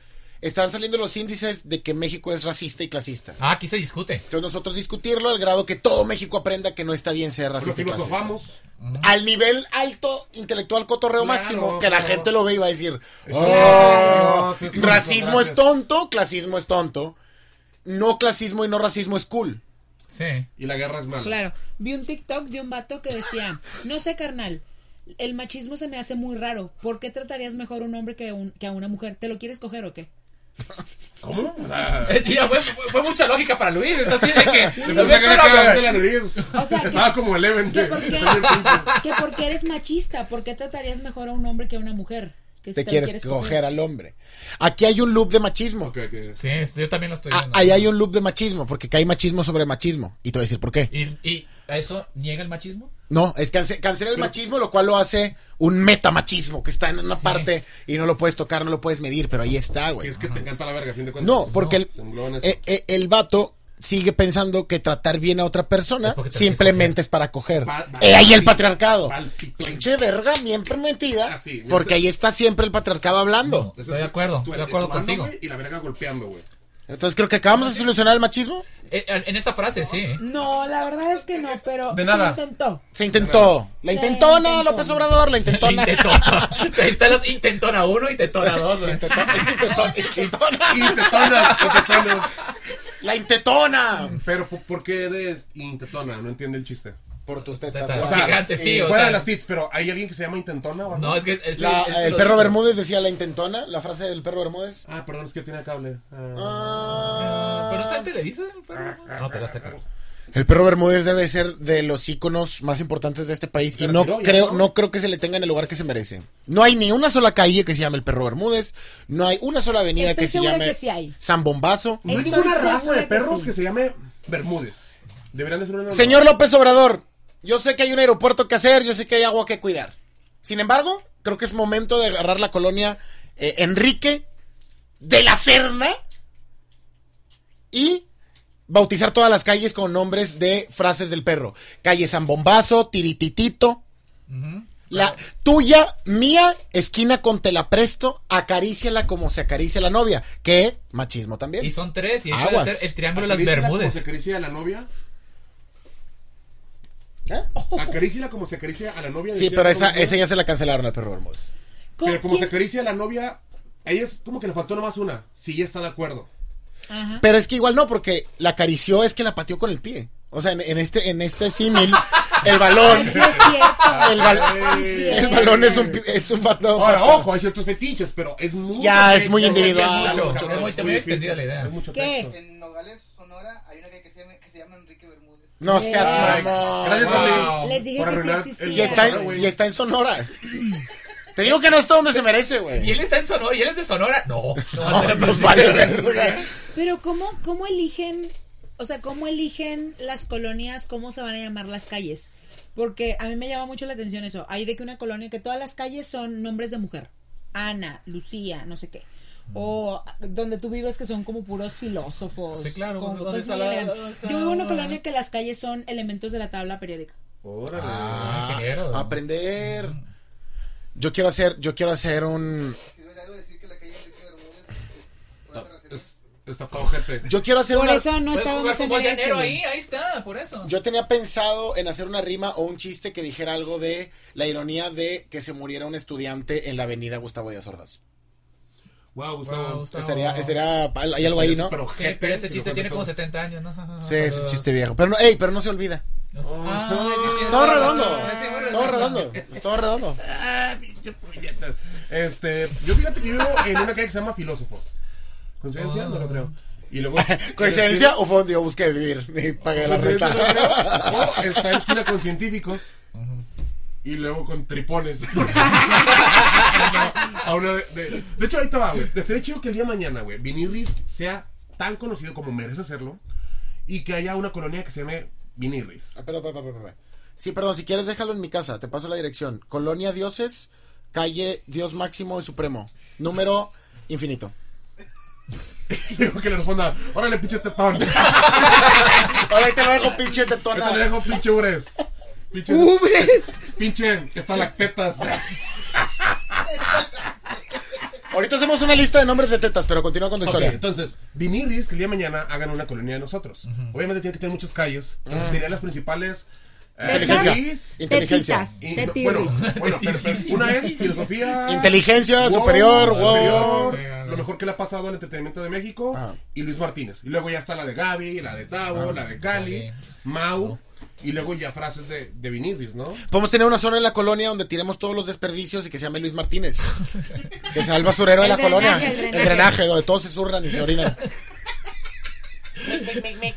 Speaker 4: están saliendo los índices de que México es racista y clasista.
Speaker 1: Ah, aquí se discute.
Speaker 4: Entonces nosotros discutirlo al grado que todo México aprenda que no está bien ser
Speaker 2: Lo
Speaker 4: racista. y clasista.
Speaker 2: filosofamos.
Speaker 4: Al nivel alto, intelectual, cotorreo
Speaker 2: Claro,
Speaker 4: máximo, que la
Speaker 2: claro.
Speaker 4: gente lo ve y va a decir,
Speaker 2: Es-
Speaker 4: "Oh,
Speaker 2: Claro, sí, es correcto,
Speaker 4: racismo es
Speaker 2: gracias".
Speaker 4: tonto, clasismo es tonto, no clasismo y no racismo es cool.
Speaker 1: Sí.
Speaker 2: Y la guerra es mala.
Speaker 3: Claro, vi un TikTok de un vato que decía, no sé, carnal, el machismo se me hace muy raro. ¿Por qué tratarías mejor a un hombre que, un- que a una mujer? ¿Te lo quieres coger o qué?
Speaker 2: ¿Cómo? Ah. O sea,
Speaker 1: Eh, Mira, fue, fue- fue mucha lógica para Luis. Está así de que.
Speaker 2: le puse acá la cara de la nariz.
Speaker 3: O sea, que-
Speaker 2: Estaba como Eleven.
Speaker 3: ¿Que
Speaker 2: de-
Speaker 3: por qué,
Speaker 2: Soy el pinche.
Speaker 3: que por qué eres machista? ¿Por qué tratarías mejor a un hombre que a una mujer? Que
Speaker 4: Te
Speaker 3: si lo
Speaker 4: quieres, coger al hombre. Aquí hay un loop de machismo.
Speaker 2: Ok, ok.
Speaker 1: Sí, esto- yo también lo estoy
Speaker 4: Ah,
Speaker 1: viendo.
Speaker 4: ahí hay un loop de machismo, porque cae machismo sobre machismo. Y te voy a decir por qué.
Speaker 1: ¿Y, y a eso niega el machismo?
Speaker 4: No, es cance- cancela el machismo, lo cual lo hace un metamachismo, que está en una
Speaker 1: Sí.
Speaker 4: parte y no lo puedes tocar, no lo puedes medir, pero ahí está,
Speaker 2: Que
Speaker 4: güey.
Speaker 2: Es que te encanta la verga, a fin de cuentas.
Speaker 4: No, porque el,
Speaker 2: se engloba en eso.
Speaker 4: eh, eh, el vato sigue pensando que tratar bien a otra persona
Speaker 1: Es porque te
Speaker 4: simplemente es para coger.
Speaker 2: Pa- pa-
Speaker 4: Eh, ahí el
Speaker 2: sí.
Speaker 4: patriarcado.
Speaker 2: Maldito.
Speaker 4: Pinche verga, bien permitida.
Speaker 2: Ah, sí.
Speaker 4: Porque ahí está siempre el patriarcado hablando.
Speaker 1: Estoy de acuerdo,
Speaker 2: Tu-
Speaker 1: estoy de acuerdo
Speaker 2: tu mano,
Speaker 1: contigo.
Speaker 2: güey, Y la verga golpeando, güey.
Speaker 4: Entonces creo que acabamos de solucionar el machismo.
Speaker 1: Eh, en en esa frase, sí. ¿eh?
Speaker 3: No, la verdad es que no, pero
Speaker 2: De nada.
Speaker 3: se intentó.
Speaker 4: Se intentó. La
Speaker 3: Se
Speaker 4: intentona,
Speaker 3: intentó.
Speaker 4: López Obrador, la intentona.
Speaker 1: Intentona. O sea, ahí están los intentona 1, intentona 2.
Speaker 4: Intentó- intentona.
Speaker 2: Y tetonas, y tetonas.
Speaker 4: La intetona.
Speaker 2: Pero, ¿por- ¿por qué de intetona? No entiende el chiste.
Speaker 4: Por tus tetas.
Speaker 1: Tetas.
Speaker 2: O sea, eh,
Speaker 1: Gigante, Pues sí, o
Speaker 2: fuera
Speaker 1: sea.
Speaker 2: de las tits, pero ¿hay alguien que se llama intentona o algo?
Speaker 1: No, es que. es-
Speaker 4: La-
Speaker 1: es-
Speaker 4: el perro Bermúdez decía la intentona. La frase del perro Bermúdez.
Speaker 2: Ah, perdón, es que tiene cable. Ah.
Speaker 4: Ah.
Speaker 1: ¿Pero está en Televisa el perro Bermúdez? No, te la está acabando.
Speaker 4: El perro Bermúdez debe ser de los íconos más importantes de este país y no
Speaker 2: retiró ya,
Speaker 4: creo,
Speaker 2: ¿no?
Speaker 4: no creo que se le tenga en el lugar que se merece. No hay ni una sola calle que se llame el perro Bermúdez, no hay una sola avenida
Speaker 3: Estoy
Speaker 4: que se
Speaker 3: segura
Speaker 4: llame
Speaker 3: que sí hay.
Speaker 4: San Bombazo.
Speaker 2: No hay
Speaker 3: Estoy
Speaker 2: ninguna raza
Speaker 3: segura
Speaker 2: de
Speaker 3: que
Speaker 2: perros
Speaker 3: sí.
Speaker 2: que se llame Bermúdez. Deberían de ser una.
Speaker 4: Señor López Obrador, yo sé que hay un aeropuerto que hacer, yo sé que hay agua que cuidar. Sin embargo, creo que es momento de agarrar la colonia eh, Enrique de la Serna y bautizar todas las calles con nombres de frases del perro. Calle San Bombazo, Tirititito. La tuya, mía, esquina con te la presto, acaríciala como se acaricia la novia. Que machismo también.
Speaker 1: Y son tres, y
Speaker 4: Aguas.
Speaker 1: puede ser el triángulo de las
Speaker 2: Acaríciala Como
Speaker 1: Bermúdez.
Speaker 2: se acaricia a la novia.
Speaker 4: ¿Eh?
Speaker 2: Oh, Acaríciala como se acaricia a la novia.
Speaker 4: Sí,
Speaker 2: decía
Speaker 4: pero
Speaker 2: Tom
Speaker 4: esa,
Speaker 2: Cruise.
Speaker 4: esa ya se la cancelaron al perro Bermúdez.
Speaker 3: ¿Con
Speaker 2: Pero como se
Speaker 3: quién?
Speaker 2: acaricia a la novia, ella es como que le faltó nomás una. Si ella está de acuerdo.
Speaker 3: Ajá.
Speaker 4: Pero es que igual no, porque la acarició es que la pateó con el pie. O sea, en, en este en este símil, el balón.
Speaker 3: Ay, sí es cierto.
Speaker 4: El, bal-
Speaker 3: Ah, Sí, sí
Speaker 4: el balón es un, pi- es un batón.
Speaker 2: Ahora, ojo, hay ciertos fetiches, pero es mucho.
Speaker 4: Ya, es
Speaker 2: texto,
Speaker 4: muy
Speaker 2: güey,
Speaker 4: individual,
Speaker 2: es mucho,
Speaker 1: mucho,
Speaker 2: cabrón,
Speaker 1: muy-
Speaker 2: es
Speaker 1: muy
Speaker 2: muy
Speaker 1: extendida
Speaker 2: difícil,
Speaker 1: la idea.
Speaker 2: es mucho
Speaker 3: ¿Qué?
Speaker 2: texto.
Speaker 5: En Nogales, Sonora, hay una calle que se llama, que se llama Enrique Bermúdez.
Speaker 4: No seas
Speaker 3: Yes.
Speaker 4: mamón.
Speaker 2: Gracias,
Speaker 1: Wow.
Speaker 2: Oli.
Speaker 3: Les dije
Speaker 2: Por
Speaker 3: que sí
Speaker 2: arruinar el-
Speaker 3: existía.
Speaker 4: Y está, en, y está en Sonora. Te digo que no está donde se merece,
Speaker 1: Y
Speaker 4: güey.
Speaker 1: él está en Sonora, y él es de Sonora. No, no va a
Speaker 4: No, pues
Speaker 1: ser
Speaker 4: nos
Speaker 1: posible.
Speaker 4: vale verga.
Speaker 3: Pero ¿cómo, cómo eligen? O sea, ¿cómo eligen las colonias, cómo se van a llamar las calles? Porque a mí me llama mucho la atención eso. Hay de que una colonia, que todas las calles son nombres de mujer. Ana, Lucía, no sé qué. O donde tú vives que son como puros filósofos.
Speaker 1: Sí, claro,
Speaker 3: como
Speaker 1: pues, ¿dónde
Speaker 3: cosas
Speaker 1: está
Speaker 3: muy
Speaker 1: la-
Speaker 3: elegantes.
Speaker 1: o sea,
Speaker 3: Yo vivo en una
Speaker 1: no,
Speaker 3: colonia que las calles son elementos de la tabla periódica.
Speaker 2: Órale.
Speaker 4: Ah,
Speaker 1: ingeniero.
Speaker 4: aprender. Yo quiero hacer, yo quiero hacer un,
Speaker 5: Sirve de algo decir que la calle Enrique Bermúdez es una terracería.
Speaker 2: Es- está pa' ojete.
Speaker 4: yo quiero hacer
Speaker 3: Por
Speaker 4: una-
Speaker 3: eso no
Speaker 1: Puedes
Speaker 3: está donde
Speaker 1: jugar
Speaker 3: se
Speaker 1: fútbol
Speaker 3: merece.
Speaker 1: llanero
Speaker 3: güey.
Speaker 1: ahí, ahí está, por eso.
Speaker 4: Yo tenía pensado en hacer una rima o un chiste que dijera algo de la ironía de que se muriera un estudiante en la avenida Gustavo Díaz Ordaz.
Speaker 2: Wow,
Speaker 1: Wow,
Speaker 2: Gustavo.
Speaker 1: Gustavo.
Speaker 4: Estaría, Oh. estaría, hay algo ahí, ¿no?
Speaker 2: Pero
Speaker 1: Sí,
Speaker 2: ojete,
Speaker 1: pero ese
Speaker 2: si
Speaker 1: chiste
Speaker 2: lo
Speaker 1: tiene como
Speaker 2: pensamos.
Speaker 1: 70 años, ¿no?
Speaker 4: Sí, es un chiste viejo. Pero no, ey, pero no se olvida.
Speaker 1: Ah, sí, tienes
Speaker 4: Todo
Speaker 1: toda la
Speaker 4: redondo.
Speaker 1: razón, ese güey
Speaker 4: Todo
Speaker 1: es
Speaker 4: redondo. Es todo redondo.
Speaker 2: Ah, pinche puñetas. Este, yo fíjate que vivo en una calle que se llama Filósofos. Coincidencia, no lo creo. Y luego.
Speaker 4: Coincidencia pues, o fue donde yo busqué vivir y pagué la
Speaker 2: Coincidencia, no
Speaker 4: renta.
Speaker 2: lo creo. O está en esquina con científicos. Y luego con tripones. A una de, de- de hecho, ahí te va, güey. Estaría chido que el día de mañana, güey, Vinirris sea tan conocido como merece serlo. Y que haya una colonia que se llame Vinirris.
Speaker 4: Ah, pero, pero, pero, pero, pero. Sí, perdón, si quieres déjalo en mi casa, te paso la dirección. Colonia Dioses, calle Dios Máximo y Supremo, número infinito.
Speaker 2: Y luego que le responda: Órale, pinche tetón.
Speaker 4: Ahora ahí te lo dejo, pinche
Speaker 2: Yo te lo
Speaker 4: tetona.
Speaker 2: dejo, pinche ubres. Pinche,
Speaker 3: Ubres.
Speaker 2: pinche estalactetas.
Speaker 4: Ahorita hacemos una lista de nombres de tetas, pero continúa con tu
Speaker 2: Ok,
Speaker 4: historia.
Speaker 2: entonces, Viniris, que el día de mañana hagan una colonia de nosotros. Obviamente tiene que tener muchas calles. Entonces
Speaker 4: Ah.
Speaker 2: serían las principales. eh,
Speaker 4: Inteligencia.
Speaker 2: Viniris,
Speaker 4: Inte- Inteligencia.
Speaker 3: Tetitas,
Speaker 2: y- bueno,
Speaker 3: tetirris.
Speaker 2: bueno, pero- pero una es filosofía.
Speaker 4: Inteligencia,
Speaker 2: wow,
Speaker 4: superior, wow.
Speaker 1: superior.
Speaker 2: Lo mejor que le ha pasado al entretenimiento de México.
Speaker 4: Ah.
Speaker 2: Y Luis Martínez. Y luego ya está la de Gaby, la de Tavo, la de Cali,
Speaker 1: ok.
Speaker 2: Mau. Y luego ya frases de, de Viniris, ¿no?
Speaker 4: Podemos tener una zona en la colonia donde tiremos todos los desperdicios y que se llame Luis Martínez. Que sea el basurero de
Speaker 3: El
Speaker 4: la
Speaker 3: drenaje,
Speaker 4: colonia.
Speaker 3: el drenaje.
Speaker 4: El drenaje, donde todos se zurran y se orinan.
Speaker 6: mic, mic, mic.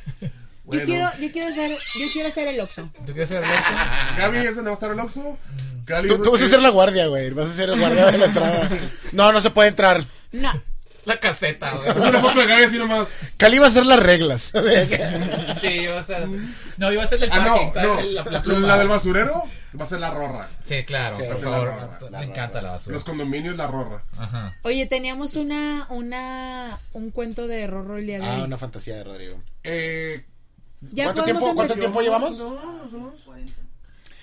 Speaker 3: Yo quiero, yo quiero ser, yo quiero ser el Oxxo.
Speaker 1: ¿Tú quieres ser Alexa?
Speaker 2: Gaby es donde va a estar el Oxxo. Cali
Speaker 4: Tú,
Speaker 2: es
Speaker 4: tú vas a
Speaker 2: donde-
Speaker 4: ser la guardia, güey. Vas a ser el guardia de la entrada. No, no se puede entrar.
Speaker 3: No.
Speaker 1: La caseta, güey.
Speaker 2: Es una foto de Gaby así nomás.
Speaker 4: Cali va a hacer las reglas.
Speaker 1: Sí, iba a ser. No, iba a ser del
Speaker 2: Ah,
Speaker 1: parking,
Speaker 2: no, no.
Speaker 1: ¿sabes? La, la
Speaker 2: La,
Speaker 1: pluma.
Speaker 2: del basurero va a ser la rorra.
Speaker 1: Sí, claro, por
Speaker 2: la rorra,
Speaker 1: favor.
Speaker 2: la
Speaker 1: Me encanta la basura.
Speaker 2: Los condominios, la rorra.
Speaker 1: Ajá.
Speaker 3: Oye, teníamos una, una, un cuento de Rorro el día de
Speaker 4: Ah,
Speaker 3: hoy.
Speaker 4: una fantasía de Rodrigo.
Speaker 2: Eh,
Speaker 3: Ya
Speaker 4: ¿Cuánto
Speaker 3: podemos
Speaker 4: tiempo- cuánto
Speaker 3: empezar.
Speaker 4: tiempo llevamos?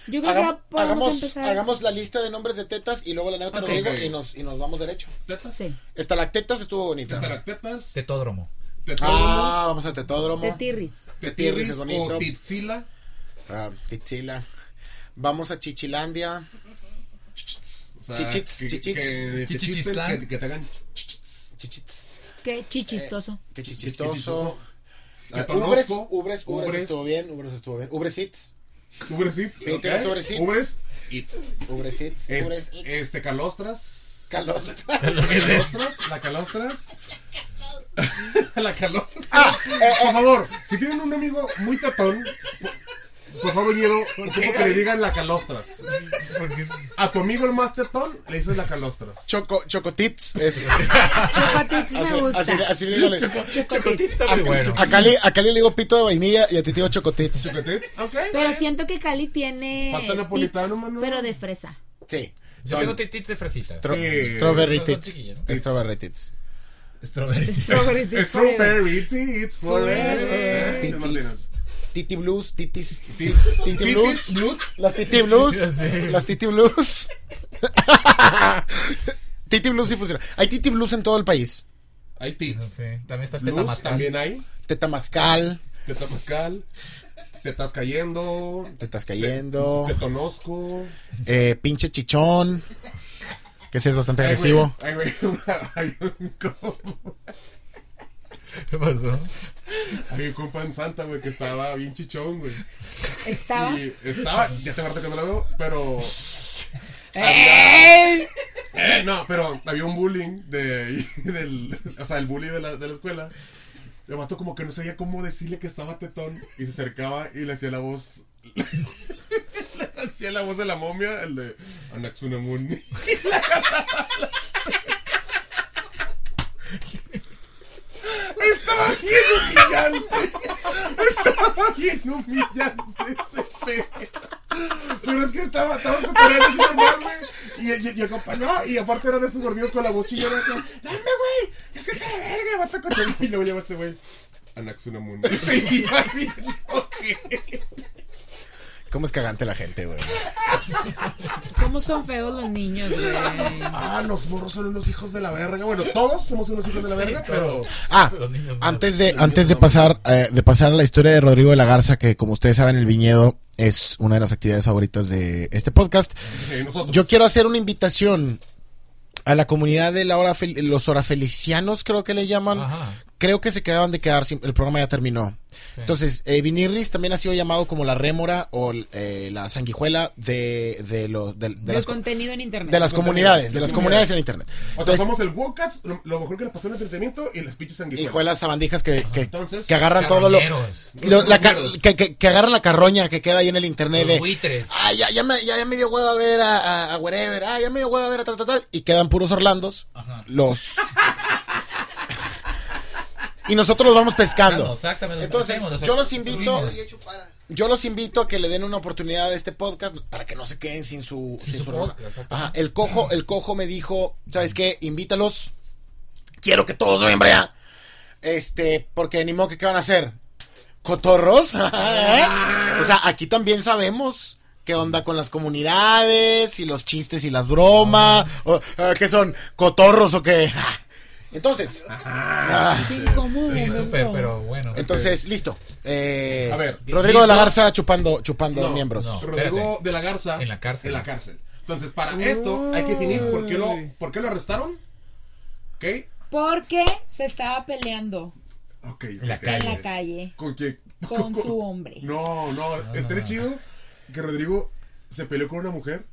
Speaker 3: Yo creo que
Speaker 4: Hagam-
Speaker 3: ya podemos
Speaker 4: hagamos,
Speaker 3: empezar.
Speaker 4: hagamos la lista de nombres de tetas y luego la anécdota de
Speaker 2: Ok.
Speaker 4: Rodrigo y nos, y nos vamos derecho.
Speaker 2: tetas,
Speaker 3: Sí.
Speaker 4: Estalactetas estuvo bonita.
Speaker 2: estalactetas,
Speaker 1: Tetódromo.
Speaker 2: tetódromo,
Speaker 4: Ah, vamos al tetódromo.
Speaker 3: De Tirris.
Speaker 4: tetirris
Speaker 2: tetirris
Speaker 4: es bonito.
Speaker 2: o titzila.
Speaker 4: Ah, Titzila. Vamos a Chichilandia.
Speaker 2: O sea,
Speaker 4: Chichits,
Speaker 2: que-
Speaker 4: chichits.
Speaker 2: que- Que, te
Speaker 1: Chichislán.
Speaker 2: chisten, que, que te hagan chichits.
Speaker 4: Chichits.
Speaker 3: Qué chichistoso.
Speaker 4: Qué
Speaker 2: chichistoso.
Speaker 4: chichistoso. Ah,
Speaker 2: Que
Speaker 4: Ubres,
Speaker 2: conozco.
Speaker 4: Ubres, Ubres
Speaker 2: Ubres.
Speaker 4: estuvo bien, Ubres estuvo bien. Ubresits,
Speaker 2: Ubresits.
Speaker 4: Sí,
Speaker 2: ok.
Speaker 4: tienes ubresits.
Speaker 2: Ubres. It.
Speaker 4: Ubresits,
Speaker 2: Es-
Speaker 4: Ubres,
Speaker 2: Este, calostras.
Speaker 4: Calos.
Speaker 2: Calostras, la calostras. la calostras.
Speaker 4: Ah, eh,
Speaker 2: Por favor, si tienen un amigo muy tatón, por favor, Ñero, ocupo que le digan la calostras. A tu amigo el más tetón le dices la calostras.
Speaker 4: Choco, Chocotits es.
Speaker 3: Chocotits me
Speaker 4: Eh, así,
Speaker 3: gusta.
Speaker 4: así, así le digo. le-
Speaker 1: Chocotito está muy bueno.
Speaker 4: A Cali, a Cali le digo pito de vainilla y a ti te digo Chocotits.
Speaker 2: ¿Chocotets? Ok.
Speaker 3: Pero siento que Cali tiene
Speaker 2: Falta
Speaker 3: tits,
Speaker 2: napolitano, mano.
Speaker 3: pero de fresa.
Speaker 4: Sí.
Speaker 1: Yo
Speaker 4: Son
Speaker 1: tengo titits de fresitas.
Speaker 4: tro-
Speaker 2: Sí.
Speaker 4: Strawberry
Speaker 1: Esos son
Speaker 4: tits.
Speaker 1: chiquillos, ¿no?
Speaker 4: Tits. Strawberry tits.
Speaker 1: Strawberry.
Speaker 3: Strawberry tits forever.
Speaker 2: Strawberry tits forever. Eh,
Speaker 4: Titi.
Speaker 2: Luis Martínez.
Speaker 4: Titi blues, titis.
Speaker 2: Ti-
Speaker 4: tit- Titi
Speaker 2: titis,
Speaker 4: blues.
Speaker 2: Blues.
Speaker 4: Las Titi Blues.
Speaker 1: Ya sé.
Speaker 4: Las Titi Blues. Titi Blues sí funciona. Hay Titi Blues en todo el país.
Speaker 2: Hay tits.
Speaker 1: Sí, también está el
Speaker 2: Blues
Speaker 1: tetamascal.
Speaker 2: también hay.
Speaker 4: Tetamascal.
Speaker 2: Te Pascal. Te estás cayendo.
Speaker 4: Te estás cayendo.
Speaker 2: Te conozco.
Speaker 4: Eh, pinche chichón. Que ese es bastante
Speaker 2: Ay, güey,
Speaker 4: agresivo.
Speaker 2: Ay, güey. Hay un compa-
Speaker 1: ¿Qué pasó?
Speaker 2: hay un compa en Santa, güey, que estaba bien chichón, güey.
Speaker 3: Estaba.
Speaker 2: Y estaba, ya te harto que no lo veo, pero.
Speaker 3: ¡Ey!
Speaker 2: eh, no, pero había un bullying de, del. O sea, el bullying de la, de la escuela. El vato como que no sabía cómo decirle que estaba tetón y se acercaba y le hacía la voz. Le hacía la voz de la momia, el de Anaxunamun. Estaba bien humillante. Estaba bien humillante ese pedo. Pero es que estaba, estaba cotorreando así normal, güey. Y, y, y acompañó, y aparte era de esos gordillos con la bochilla. Era como, dame, güey, es que te la verga, va a con Y luego lleva este güey. Anaxuna Mundi. Sí, iba bien, ojete.
Speaker 4: ¿Cómo es cagante la gente, güey?
Speaker 3: ¿Cómo son feos los niños, güey?
Speaker 2: Ah, los morros son unos hijos de la verga. Bueno, todos somos unos hijos de la verga, pero.
Speaker 4: Ah,
Speaker 1: Los niños no.
Speaker 4: antes de, antes de pasar, eh, de pasar a la historia de Rodrigo de la Garza, que como ustedes saben, el viñedo es una de las actividades favoritas de este podcast.
Speaker 2: eh, nosotros.
Speaker 4: Yo quiero hacer una invitación a la comunidad de la hora fel- los orafelicianos, creo que le llaman.
Speaker 1: Ajá.
Speaker 4: Creo que se quedaban de quedar, sin- el programa ya terminó.
Speaker 1: Sí.
Speaker 4: Entonces, eh, Vinirris también ha sido llamado como la rémora o eh, la sanguijuela de, de, los de, de
Speaker 3: Del
Speaker 4: las,
Speaker 3: contenido en internet.
Speaker 4: de las comunidades, de
Speaker 2: contenido.
Speaker 4: las comunidades en internet.
Speaker 2: O sea,
Speaker 4: Entonces,
Speaker 2: somos el Wokats, lo, lo mejor que le pasó en el entretenimiento y las pinches sanguijuelas.
Speaker 4: hijuelas sabandijas que, que,
Speaker 2: Entonces,
Speaker 4: que agarran todo lo...
Speaker 1: carroñeros.
Speaker 4: lo- la ca-
Speaker 2: Carroñeros.
Speaker 4: que, que- que agarran la carroña que queda ahí en el internet
Speaker 1: Los
Speaker 4: de...
Speaker 1: buitres.
Speaker 4: Ah, ya, ya, me, ya, ya me dio hueva ver a, a, a Wherever. Ah, ya me dio hueva ver a tal, tal, tal. Y quedan puros Orlandos.
Speaker 1: Ajá.
Speaker 4: Los. y nosotros los vamos pescando.
Speaker 1: Exactamente, los
Speaker 4: Entonces,
Speaker 1: conocemos, los
Speaker 4: yo los
Speaker 1: conocemos.
Speaker 4: invito.
Speaker 5: Y hecho para.
Speaker 4: Yo los invito a que le den una oportunidad a este podcast para que no se queden sin su,
Speaker 1: Sin su
Speaker 4: programa.
Speaker 1: podcast, exactamente.
Speaker 4: Ajá, el cojo, el cojo me dijo, ¿sabes qué? Invítalos. Quiero que todos vengan para allá. Este, porque ni modo que qué van a hacer. ¿Cotorros? ¿Eh? O sea, aquí también sabemos qué onda con las comunidades y los chistes y las bromas.
Speaker 1: Ah.
Speaker 4: O, eh, ¿Qué son? ¿Cotorros o qué? Entonces,
Speaker 1: Ah,
Speaker 3: Qué incómodo,
Speaker 1: Sí,
Speaker 3: ¿no?
Speaker 1: súper, pero bueno.
Speaker 4: entonces, listo. Eh,
Speaker 2: A ver,
Speaker 4: Rodrigo de la
Speaker 2: ¿listo?
Speaker 4: Garza chupando, chupando miembros.
Speaker 1: no.
Speaker 2: Rodrigo
Speaker 1: Espérate.
Speaker 2: de la Garza.
Speaker 1: En la cárcel.
Speaker 2: En la cárcel. Entonces, para esto hay que definir por qué lo, por qué lo arrestaron. ¿Ok?
Speaker 3: Porque se estaba peleando
Speaker 2: Ok.
Speaker 1: En la
Speaker 2: ok.
Speaker 1: calle.
Speaker 3: en la calle
Speaker 2: ¿Con quién?
Speaker 3: con su hombre.
Speaker 2: No, no, estaría chido que Rodrigo se peleó con una mujer.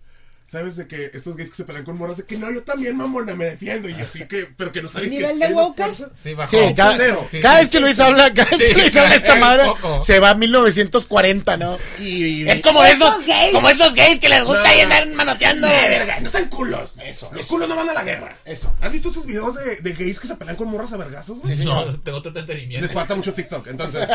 Speaker 2: ¿Sabes de que estos gays que se pelean con morras? De que no, yo también, mamona, me defiendo. Y así que, pero que no saben que-
Speaker 3: Nivel de
Speaker 2: que no
Speaker 3: wokas.
Speaker 2: fuerza.
Speaker 1: Sí, bajó.
Speaker 4: Sí, cada,
Speaker 2: cero.
Speaker 1: Sí,
Speaker 4: cada
Speaker 1: sí,
Speaker 4: vez que Luis habla, cada vez
Speaker 1: Sí,
Speaker 4: que Luis habla esta
Speaker 1: el
Speaker 4: madre,
Speaker 1: coco.
Speaker 4: se va a 1940, ¿no?
Speaker 2: Y.
Speaker 4: Es como
Speaker 3: Esos
Speaker 4: esos,
Speaker 3: gays.
Speaker 4: como esos gays que les gusta
Speaker 2: No.
Speaker 4: ahí andar manoteando.
Speaker 2: Eh, verga, no sean culos. Eso. Los culos no van a la guerra.
Speaker 4: Eso.
Speaker 2: ¿Has visto estos videos de, de gays que se pelean con morras a vergazos, güey?
Speaker 1: No, tengo tanto
Speaker 2: Les
Speaker 1: entretenimiento.
Speaker 2: falta mucho TikTok, entonces.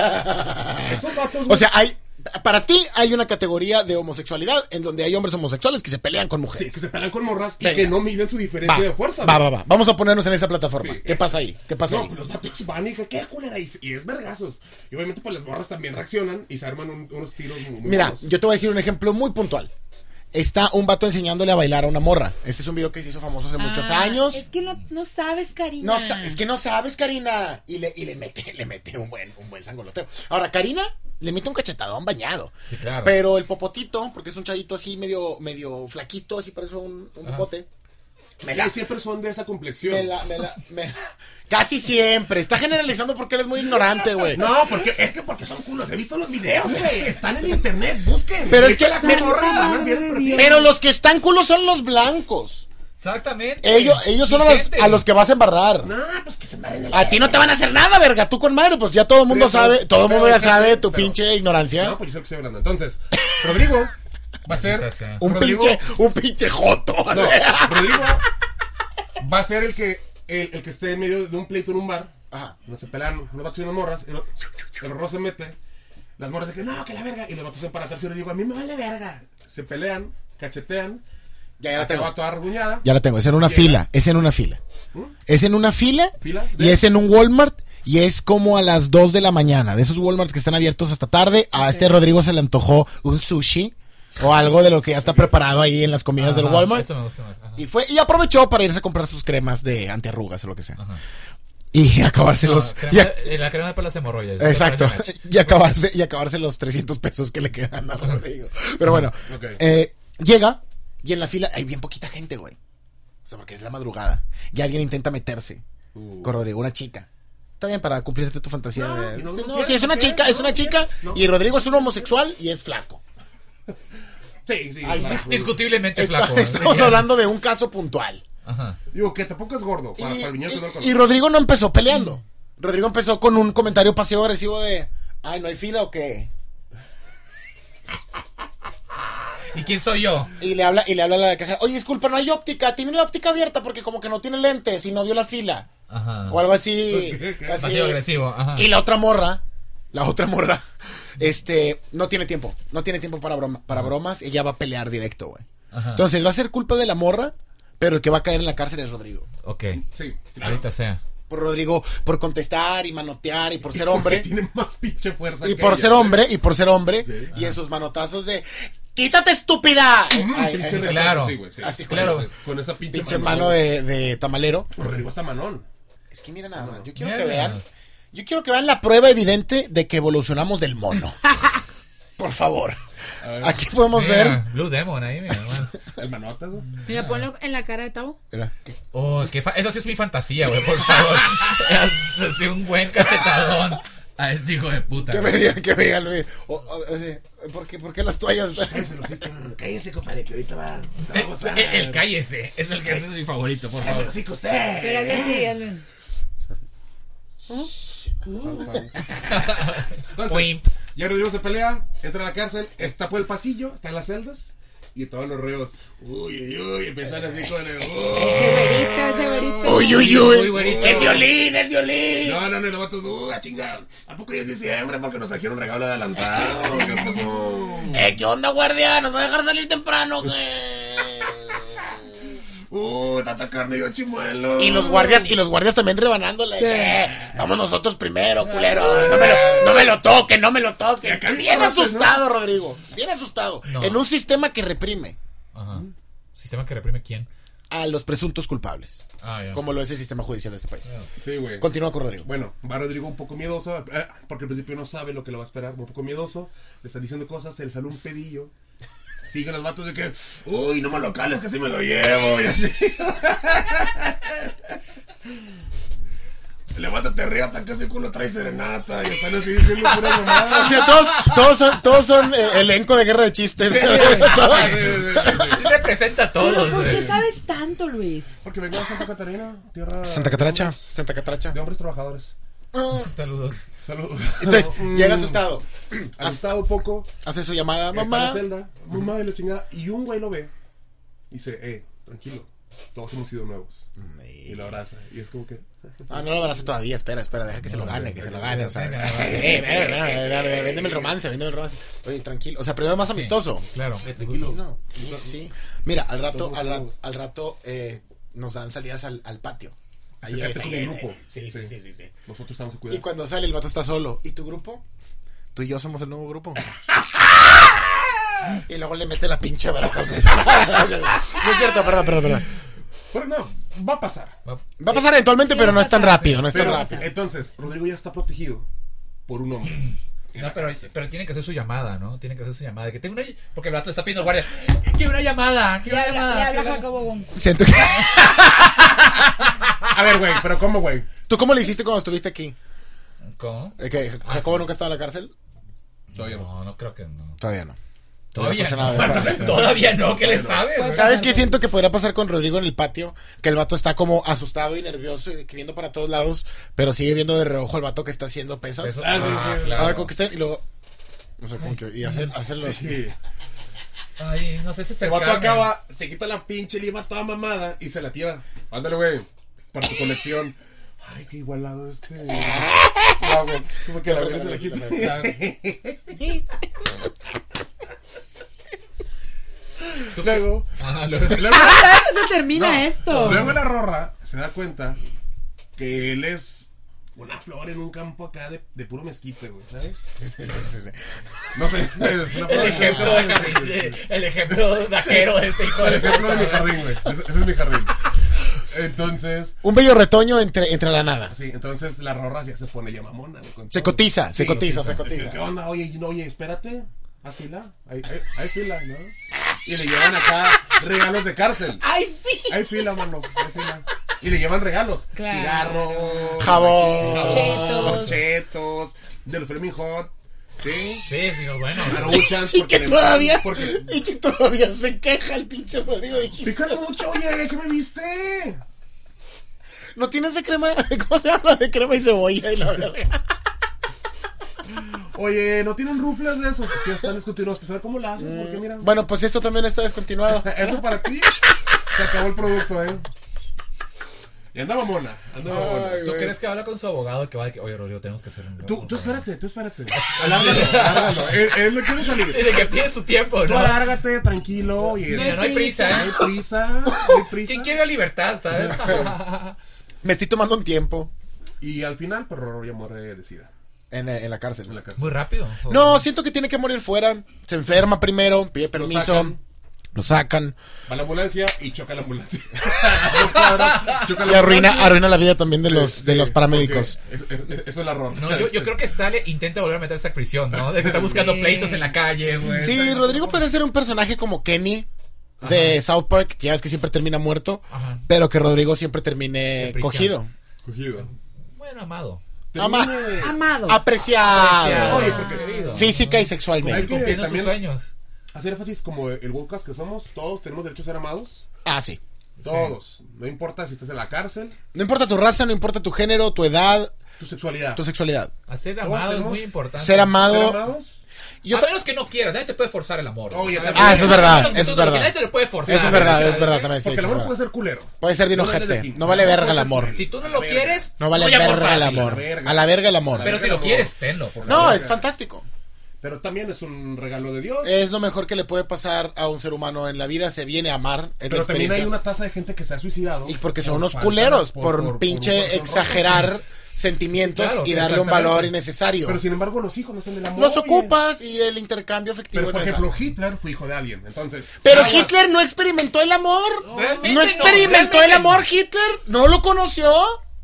Speaker 2: estos vatos,
Speaker 4: O
Speaker 2: güey.
Speaker 4: sea, hay para ti hay una categoría de homosexualidad en donde hay hombres homosexuales que se pelean con
Speaker 2: Sí,
Speaker 4: mujeres.
Speaker 2: que se pelean con morras y
Speaker 4: Venga.
Speaker 2: que no miden su diferencia de fuerza.
Speaker 4: va,
Speaker 2: güey.
Speaker 4: va, va. Vamos a ponernos en esa plataforma.
Speaker 2: Sí,
Speaker 4: ¿Qué
Speaker 2: es-
Speaker 4: pasa ahí? ¿Qué pasa
Speaker 2: No,
Speaker 4: ahí?
Speaker 2: pues los vatos van y que qué culera y, y es vergazos. Y obviamente pues las morras también reaccionan y se arman un- unos tiros muy, muy
Speaker 4: Mira,
Speaker 2: buenos.
Speaker 4: yo te voy a decir un ejemplo muy puntual. Está un vato enseñándole a bailar a una morra. Este es un video que se hizo famoso hace muchos
Speaker 3: Ah,
Speaker 4: años.
Speaker 3: Es que no, no sabes, cariño.
Speaker 4: No, sa- es que no sabes, Karina. Y le, y le mete, le mete un buen, un buen sangoloteo. Ahora, Karina le mete un cachetadón bañado.
Speaker 1: Sí, claro.
Speaker 4: Pero el popotito, porque es un chavito así medio, medio flaquito, así parece un, un popote. Me la,
Speaker 2: Ellas siempre son de esa complexión.
Speaker 4: me la, me la, me la- Casi siempre. Está generalizando porque él es muy ignorante, güey.
Speaker 2: No, porque es que porque son culos. He visto los videos, güey. Están en internet, busquen.
Speaker 4: Pero es que
Speaker 2: la
Speaker 4: me-
Speaker 2: morra
Speaker 3: Santa
Speaker 2: van a enviar
Speaker 3: madre
Speaker 2: perfil.
Speaker 3: de
Speaker 4: Pero los que están culos son los blancos.
Speaker 1: Exactamente.
Speaker 4: Ellos, ellos son a los,
Speaker 1: Vicente.
Speaker 4: a los que vas a embarrar.
Speaker 2: No, pues que se embarren en la-
Speaker 4: A ti no te van a hacer nada, verga. Tú con madre, pues ya todo el mundo
Speaker 2: Pero-
Speaker 4: sabe, todo el
Speaker 2: pero-
Speaker 4: mundo ya
Speaker 2: pero-
Speaker 4: sabe tu
Speaker 2: pero-
Speaker 4: pinche ignorancia.
Speaker 2: No, pues yo sé lo que estoy hablando. Entonces, Rodrigo va a ser.
Speaker 1: Maldita sea.
Speaker 4: un
Speaker 2: Rodrigo-
Speaker 4: pinche, un pinche joto.
Speaker 2: No, Rodrigo va a ser el que, el, el que esté en medio de un pleito en un bar.
Speaker 4: Ajá.
Speaker 2: No se pelan, unos vatos y unas morras. El, el morro se mete. Las morras de que no, que la verga. Y los vatos se para atrás y le digo, a mí me vale verga. Se pelean, cachetean.
Speaker 4: Ya,
Speaker 2: Ya
Speaker 4: ya la tengo.
Speaker 2: toda reguñada.
Speaker 4: Ya la tengo, es en una
Speaker 2: Llega.
Speaker 4: fila, es en una fila. Es en una fila,
Speaker 2: ¿Fila?
Speaker 4: y es en un Walmart y es como a las 2 de la mañana, de esos Walmarts que están abiertos hasta tarde. A este Rodrigo se le antojó un sushi o algo de lo que ya está preparado ahí en las comidas del
Speaker 1: Ajá,
Speaker 4: Walmart.
Speaker 1: Esto me gusta más. ajá.
Speaker 4: Y fue y aprovechó para irse a comprar sus cremas de antiarrugas o lo que sea. Y acabarse
Speaker 1: No,
Speaker 4: los
Speaker 1: crema-
Speaker 4: y a-
Speaker 1: eh, La crema para las hemorroides.
Speaker 4: Exacto.
Speaker 1: Me parece
Speaker 4: Y acabarse, y acabarse los 300 pesos que le quedan a Rodrigo. Pero bueno,
Speaker 2: Mm, Ok.
Speaker 4: eh, llega y en la fila hay bien poquita gente, güey. O sea, porque es la madrugada. Y alguien intenta meterse
Speaker 2: Uh.
Speaker 4: con Rodrigo, una chica. Está bien para cumplirte tu fantasía.
Speaker 2: No,
Speaker 4: de-
Speaker 2: si no,
Speaker 4: Sí,
Speaker 2: no
Speaker 4: no,
Speaker 2: quiere,
Speaker 4: si es
Speaker 2: no
Speaker 4: una
Speaker 2: quiere,
Speaker 4: chica, es
Speaker 2: no,
Speaker 4: una
Speaker 2: no
Speaker 4: chica.
Speaker 2: quiere, no.
Speaker 4: Y Rodrigo es un homosexual y es flaco.
Speaker 2: Sí, sí.
Speaker 4: Ahí
Speaker 2: claro.
Speaker 4: está.
Speaker 1: Discutiblemente
Speaker 4: Está-
Speaker 1: flaco. ¿no?
Speaker 4: estamos hablando de un caso puntual.
Speaker 1: Ajá.
Speaker 2: Digo, que tampoco es gordo. Para, para el
Speaker 4: y,
Speaker 2: viñedo que no lo
Speaker 4: y- y
Speaker 2: conoce.
Speaker 4: Rodrigo no empezó peleando. Rodrigo empezó con un comentario pasivo agresivo de, ay, no hay fila o qué.
Speaker 1: ¿Y quién soy yo?
Speaker 4: Y le habla, y le habla a la cajera, oye, disculpa, no hay óptica, tiene la óptica abierta porque como que no tiene lentes y no vio la fila.
Speaker 1: Ajá.
Speaker 2: Ah.
Speaker 4: O algo así. así.
Speaker 1: Pasivo agresivo. Ajá.
Speaker 4: Y la otra morra, la otra morra, Este, no tiene tiempo. No tiene tiempo para, broma-
Speaker 2: Ah.
Speaker 4: para bromas. Ella va a pelear directo, güey.
Speaker 1: Ajá.
Speaker 4: Entonces va a ser culpa de la morra, pero el que va a caer en la cárcel es Rodrigo.
Speaker 1: Ok.
Speaker 2: Sí, claro.
Speaker 1: Ahorita sea.
Speaker 4: Por Rodrigo, por contestar y manotear y por ser
Speaker 2: Porque
Speaker 4: hombre.
Speaker 2: Tiene más pinche fuerza.
Speaker 4: Y
Speaker 2: que
Speaker 4: por
Speaker 2: ella.
Speaker 4: ser hombre, y por ser hombre.
Speaker 2: Sí.
Speaker 4: Y en sus manotazos de ¡Quítate, estúpida!
Speaker 2: Mm,
Speaker 4: Ay,
Speaker 2: pinche
Speaker 4: ay,
Speaker 2: retraso,
Speaker 1: claro.
Speaker 2: sí, güey, sí.
Speaker 4: Así,
Speaker 2: Con
Speaker 1: claro.
Speaker 2: esa- Con esa pinche,
Speaker 4: pinche mano de, de tamalero.
Speaker 2: Rodrigo está manón.
Speaker 4: Es que mira nada más, yo quiero
Speaker 1: Mira
Speaker 4: que
Speaker 1: nada
Speaker 4: vean,
Speaker 1: más.
Speaker 4: yo quiero que vean la prueba evidente de que evolucionamos del mono. Por favor. Aquí podemos ver.
Speaker 1: Mira, Blue Demon ahí, mi hermano.
Speaker 2: El manotas, güey.
Speaker 3: Mira, ponlo en la cara de Tavo.
Speaker 4: Mira.
Speaker 1: Oh, qué fa- Esa sí es mi fantasía, güey, por favor. Así un buen cachetadón a este hijo de puta.
Speaker 4: Que me
Speaker 1: güey.
Speaker 4: digan, que me digan, Luis. O- o- así, ¿por, qué, por qué las toallas?
Speaker 2: Cállense, hocico. Cállense, compadre, que ahorita va.
Speaker 1: Eh, eh, El, cállese. Es el que ese es mi favorito, por favor.
Speaker 2: hocico usted.
Speaker 3: Pero hazle así, hazle.
Speaker 2: Entonces,
Speaker 1: Wimp.
Speaker 2: ya Rodrigo se pelea, entra a la cárcel, está por el pasillo, está en las celdas. Y todos los reos, uy, uy, uy, empiezan así con el.
Speaker 3: Ese güerito, ese güerito.
Speaker 4: Uy, uy,
Speaker 1: Muy
Speaker 4: uy.
Speaker 1: güerito.
Speaker 2: ¡Es violín, es violín! No, no, no, los vatos, uh, a chingar. ¿A poco ya es diciembre? Porque nos trajeron regalo de adelantado. ¿Qué pasó?
Speaker 4: Eh, ¿Qué onda, guardia? Nos va a dejar salir temprano, güey.
Speaker 2: Uh, tata carne y yo chimuelo.
Speaker 4: Y los guardias, y los guardias también rebanándole. Eh, vamos nosotros primero, culero. No me lo, no me lo toquen, no me lo toquen.
Speaker 2: acá el
Speaker 4: Bien
Speaker 2: cobarde, ¿no?
Speaker 4: asustado, Rodrigo. Bien asustado.
Speaker 1: No.
Speaker 4: En un sistema que reprime
Speaker 1: Ajá. Sistema que reprime quién.
Speaker 4: a los presuntos culpables.
Speaker 1: Ah, ya.
Speaker 4: Como lo es el sistema judicial de este país.
Speaker 2: Sí, güey.
Speaker 4: Continúa con Rodrigo.
Speaker 2: Bueno, va Rodrigo un poco miedoso, eh, porque al principio no sabe lo que lo va a esperar, un poco miedoso, le están diciendo cosas, se le sale un pedillo. Siguen los vatos de que, uy, no me lo cales, que si me lo llevo, y así. Levántate, reata, que ese culo trae serenata, y están así diciendo pura
Speaker 4: O
Speaker 2: mamada.
Speaker 4: sea, todos, todos son, todos son eh, elenco de guerra de chistes. Todos.
Speaker 2: Sí, sí, sí, sí.
Speaker 1: Él representa a todos. eh.
Speaker 3: Pero, ¿por qué
Speaker 1: güey.
Speaker 3: sabes tanto, Luis?
Speaker 2: Porque vengo de Santa Catarina, tierra
Speaker 4: Santa Catracha. Santa Catracha.
Speaker 2: de hombres trabajadores.
Speaker 1: Saludos.
Speaker 2: Saludos.
Speaker 4: Entonces,
Speaker 2: Mm,
Speaker 4: llega asustado.
Speaker 2: Asustado un poco.
Speaker 4: Hace su llamada.
Speaker 2: Está en la
Speaker 4: Mamá.
Speaker 2: celda, mamá y la chingada. Y un güey lo ve y dice, eh, tranquilo, todos hemos sido nuevos. Y lo abraza. Y es como que.
Speaker 4: Mm. Ah, no lo abraza todavía. Espera, espera. Deja que se lo gane, que se lo gane. O sea,
Speaker 1: Venga,
Speaker 4: Eh, ven, ven, ven, ven, véndeme el romance, véndeme el romance. Oye, tranquilo. O sea, primero más amistoso.
Speaker 1: Claro.
Speaker 4: Sí, no. Sí, sí. Mira, al rato, al rato, al rato eh, nos dan salidas al, al patio. Ahí
Speaker 2: Acércate
Speaker 4: es,
Speaker 2: con
Speaker 4: ahí
Speaker 2: el
Speaker 4: es,
Speaker 2: grupo.
Speaker 4: Sí, sí, sí, sí, sí.
Speaker 2: Nosotros estamos
Speaker 4: Y
Speaker 2: cuidando.
Speaker 4: cuando sale el vato está solo. ¿Y tu grupo? Tú y yo somos el nuevo grupo. y luego le mete la pinche baraja. no es cierto, perdón, perdón, perdón.
Speaker 2: Pero no, va a pasar.
Speaker 1: Va-
Speaker 4: Va a pasar eventualmente,
Speaker 3: Sí,
Speaker 4: pero
Speaker 3: va
Speaker 4: no
Speaker 3: a
Speaker 4: es tan
Speaker 3: pasar,
Speaker 4: rápido, no es tan
Speaker 2: Pero,
Speaker 4: rápido.
Speaker 2: entonces, Rodrigo ya está protegido por un hombre.
Speaker 1: No, pero, pero tiene que hacer su llamada, ¿no? Tiene que hacer su llamada. Que tengo una... Porque el vato está pidiendo guardia. Que una llamada. Que
Speaker 3: Le
Speaker 1: una
Speaker 3: habla, le
Speaker 1: llamada.
Speaker 3: habla Jacobo Wong.
Speaker 4: Siento que-
Speaker 2: A ver, güey, pero ¿cómo, güey?
Speaker 4: ¿Tú cómo le hiciste cuando estuviste aquí?
Speaker 1: ¿Cómo?
Speaker 4: Eh, que ¿Jacobo nunca estaba en la cárcel?
Speaker 2: Todavía no.
Speaker 1: No, no creo que no.
Speaker 4: Todavía no.
Speaker 1: Todavía
Speaker 4: No,
Speaker 1: no.
Speaker 4: no, no, no, no.
Speaker 1: Todavía no. ¿Qué le sabes?
Speaker 2: Pues,
Speaker 1: güey?
Speaker 2: ah,
Speaker 4: ¿Sabes qué siento que podría pasar con Rodrigo en el patio? Que el vato está como asustado y nervioso y que viendo para todos lados, pero sigue viendo de reojo al vato que está haciendo pesas.
Speaker 1: Eso-
Speaker 2: Ah, sí,
Speaker 1: ah,
Speaker 2: sí.
Speaker 1: claro.
Speaker 4: Ahora como que está y luego... O sea, como que... Y hacer, hacerlo así.
Speaker 2: Sí.
Speaker 1: Ay, no sé si se
Speaker 2: El vato acaba, se quita la pinche lima toda mamada y se la tira. Ándale, güey, para tu conexión. Ay, qué igualado este. No, güey, como que la verga se la quita. Luego, luego,
Speaker 3: Ah, no se termina
Speaker 2: No.
Speaker 3: esto.
Speaker 2: luego la rorra se da cuenta que él es una flor en un campo acá de, de puro mezquite, güey, ¿sabes? No sé, es una flor
Speaker 1: El ejemplo de
Speaker 2: en un campo,
Speaker 1: jardín,
Speaker 2: güey.
Speaker 1: de- el ejemplo vaquero de este hijo
Speaker 2: El
Speaker 1: de
Speaker 2: ejemplo de mi
Speaker 1: puta.
Speaker 2: jardín, güey. Ese, ese es mi jardín. Entonces,
Speaker 4: Un bello retoño entre, entre la nada.
Speaker 2: sí, entonces la rorra ya se pone ya mamona, güey. con
Speaker 4: Se
Speaker 2: todo.
Speaker 4: cotiza, se
Speaker 2: Sí,
Speaker 4: cotiza, se
Speaker 2: ¿Qué,
Speaker 4: cotiza.
Speaker 2: qué onda? Oye, no, oye, espérate. Haz fila. Hay, hay, hay fila, ¿no? Y le llevan acá regalos de cárcel.
Speaker 3: Ay, sí.
Speaker 2: Hay fila, mano. Hay fila. Y le llevan regalos.
Speaker 3: Claro.
Speaker 2: Cigarros.
Speaker 4: Jabón.
Speaker 3: Chetos.
Speaker 2: Chetos. De los Fleming Hot. Sí.
Speaker 1: Sí, sí, bueno.
Speaker 2: Maruchans.
Speaker 4: Y
Speaker 2: porque
Speaker 4: que
Speaker 2: le-
Speaker 4: todavía...
Speaker 2: Porque...
Speaker 4: Y que todavía se queja el pinche Rodrigo. de que,
Speaker 2: Pican mucho, oye, ¿qué me viste?
Speaker 4: No tienes de crema... ¿Cómo se llama? De crema y cebolla y la verga.
Speaker 2: Oye, ¿no tienen rufles de esos? Es que ya están discutidos. Pues a ver cómo la haces, porque mira.
Speaker 4: Bueno, pues esto también está descontinuado.
Speaker 2: Esto para ti. Se acabó el producto, ¿eh? Y anda mamona. Anda mamona.
Speaker 4: Ay,
Speaker 1: ¿Tú
Speaker 4: güey.
Speaker 1: crees que habla con su abogado que va a que, oye, Rodrigo, tenemos que hacer un.
Speaker 2: Tú,
Speaker 1: un-
Speaker 2: tú espérate, tú espérate. Alárgalo, alárgalo. Él, él no quiere salir.
Speaker 1: Sí, de que pide su tiempo,
Speaker 2: Tú
Speaker 1: ¿no?
Speaker 2: alárgate, tranquilo. Y
Speaker 1: Mira, no hay prisa,
Speaker 2: No hay
Speaker 1: ¿eh?
Speaker 2: prisa, no hay prisa.
Speaker 1: ¿Quién quiere la libertad, sabes?
Speaker 4: Me estoy tomando un tiempo
Speaker 2: Y al final, pero Rorro ya muere de sida
Speaker 4: en, eh, en la cárcel.
Speaker 2: en la cárcel.
Speaker 1: Muy rápido.
Speaker 4: No, siento que tiene que morir fuera. Se enferma primero, pide permiso.
Speaker 2: sacan.
Speaker 4: Lo sacan.
Speaker 2: Va la ambulancia y choca la ambulancia. Dos cuadras, choca la
Speaker 4: Y arruina,
Speaker 2: ambulancia.
Speaker 4: arruina la vida también de los,
Speaker 2: Sí,
Speaker 4: de los
Speaker 2: sí,
Speaker 4: paramédicos.
Speaker 2: porque es- es- Eso es el error.
Speaker 1: No, yo, yo creo que sale, intenta volver a meterse a prisión, ¿no? De que está buscando
Speaker 3: Sí.
Speaker 1: pleitos en la calle, güey.
Speaker 4: Sí,
Speaker 1: Está-
Speaker 4: Rodrigo puede ser un personaje como Kenny de South Park, que ya ves que siempre termina muerto,
Speaker 1: Ajá.
Speaker 4: pero que Rodrigo siempre
Speaker 1: En
Speaker 4: termine
Speaker 1: prisión.
Speaker 4: cogido.
Speaker 2: Cogido.
Speaker 1: Bueno, amado.
Speaker 4: Ama-
Speaker 3: Amado.
Speaker 4: Ah. apreciado.
Speaker 1: Oye,
Speaker 2: porque-
Speaker 1: querido.
Speaker 4: Física y
Speaker 2: Hay
Speaker 4: sexualmente.
Speaker 2: que-
Speaker 1: Cumpliendo sus
Speaker 2: también-
Speaker 1: sueños.
Speaker 2: Hacer énfasis como el Wonkas que somos, todos tenemos derecho a ser amados.
Speaker 4: Ah, sí.
Speaker 2: Todos. No importa si estás en la cárcel,
Speaker 4: No importa tu raza, no importa tu género, tu edad,
Speaker 2: tu sexualidad.
Speaker 4: tu sexualidad.
Speaker 1: Hacer
Speaker 2: Todos
Speaker 1: amado es
Speaker 2: tenemos
Speaker 1: muy importante.
Speaker 4: Ser
Speaker 2: ¿Ser
Speaker 4: amado.
Speaker 2: amados?
Speaker 4: Yo
Speaker 1: a
Speaker 4: ta- Oh,
Speaker 1: menos que no quieras, nadie te puede forzar el amor.
Speaker 2: Oye,
Speaker 1: O sea,
Speaker 2: ah, eso es
Speaker 4: verdad,
Speaker 1: menos que
Speaker 4: eso
Speaker 1: tú no lo
Speaker 4: es verdad.
Speaker 1: quieras, Nadie te lo puede forzar.
Speaker 4: Eso es verdad,
Speaker 1: ¿sabes?
Speaker 4: es verdad también. sí, sí,
Speaker 2: Porque el
Speaker 4: es
Speaker 2: amor
Speaker 4: verdad.
Speaker 2: puede ser culero.
Speaker 4: Puede ser bien
Speaker 2: No vale
Speaker 4: ojete,
Speaker 2: decir,
Speaker 4: no vale verga el
Speaker 2: puede ser
Speaker 4: amor.
Speaker 2: culero.
Speaker 1: Si tú no
Speaker 2: A
Speaker 1: lo
Speaker 2: ver,
Speaker 1: quieres,
Speaker 4: No vale
Speaker 1: voy a
Speaker 4: verga el
Speaker 1: portarte.
Speaker 4: amor.
Speaker 2: verga.
Speaker 4: A la verga el amor.
Speaker 1: Pero si lo
Speaker 2: amor.
Speaker 1: quieres, tenlo, por favor.
Speaker 4: No, es
Speaker 2: verga.
Speaker 4: fantástico.
Speaker 2: Pero también es un regalo de Dios.
Speaker 4: Es lo mejor que le puede pasar a un ser humano en la vida. Se viene a amar. Es la
Speaker 2: pero también
Speaker 4: experiencia.
Speaker 2: hay una tasa de gente que se ha suicidado.
Speaker 4: Y porque son
Speaker 2: por
Speaker 4: unos
Speaker 2: falta-
Speaker 4: culeros por,
Speaker 2: por-
Speaker 4: pinche
Speaker 2: por- por-
Speaker 4: exagerar sentimientos
Speaker 1: Claro,
Speaker 4: y darle un
Speaker 2: exactamente.
Speaker 4: valor innecesario.
Speaker 2: Pero sin embargo, los hijos no son del amor.
Speaker 4: Los
Speaker 2: oye.
Speaker 4: ocupas y el intercambio
Speaker 2: Pero
Speaker 4: efectivo
Speaker 2: por
Speaker 4: es
Speaker 2: ejemplo,
Speaker 4: necesario.
Speaker 2: Hitler fue hijo de alguien. Entonces.
Speaker 4: Pero
Speaker 2: aguas.
Speaker 4: Hitler no experimentó el amor.
Speaker 1: Realmente
Speaker 4: No experimentó
Speaker 1: realmente
Speaker 4: el amor
Speaker 1: no.
Speaker 4: Hitler. No lo conoció.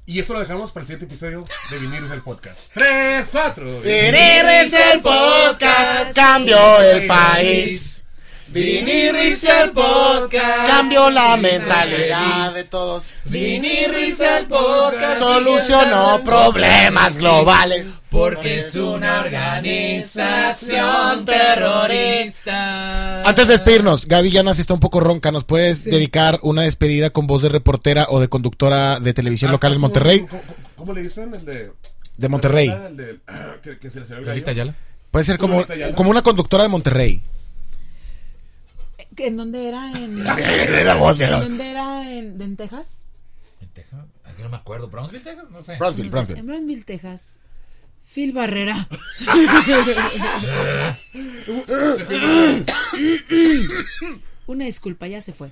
Speaker 2: Y eso lo dejamos para el siguiente episodio de Vinirus del Podcast. ¡Tres, cuatro!
Speaker 4: Vinirris el podcast cambió el país. Vinirris el podcast cambió la mentalidad de todos.
Speaker 1: Vinirris el podcast.
Speaker 4: Solucionó problemas globales.
Speaker 1: Porque es una organización terrorista.
Speaker 4: Antes de despedirnos, Gaby Llanas está un poco ronca. ¿Nos puedes dedicar una despedida con voz de reportera o de conductora de televisión local en Monterrey?
Speaker 2: ¿Cómo, cómo- cómo le dicen? El de.
Speaker 4: De Monterrey.
Speaker 2: El de. Que, que se le salió el
Speaker 1: Lolita
Speaker 2: gallo.
Speaker 1: Ayala.
Speaker 4: Puede ser como,
Speaker 2: Lolita Ayala.
Speaker 4: como una conductora de Monterrey.
Speaker 3: ¿En dónde era? ¿En,
Speaker 4: La voz de
Speaker 3: ¿en
Speaker 4: la-
Speaker 3: dónde era? ¿En, en Texas?
Speaker 1: ¿En Texas? Es que no me acuerdo. ¿Brownsville, Texas? No sé.
Speaker 4: Brownsville,
Speaker 3: No sé,
Speaker 4: Brownsville.
Speaker 3: en Brownsville, Texas. Phil Barrera. Una disculpa, ya se fue.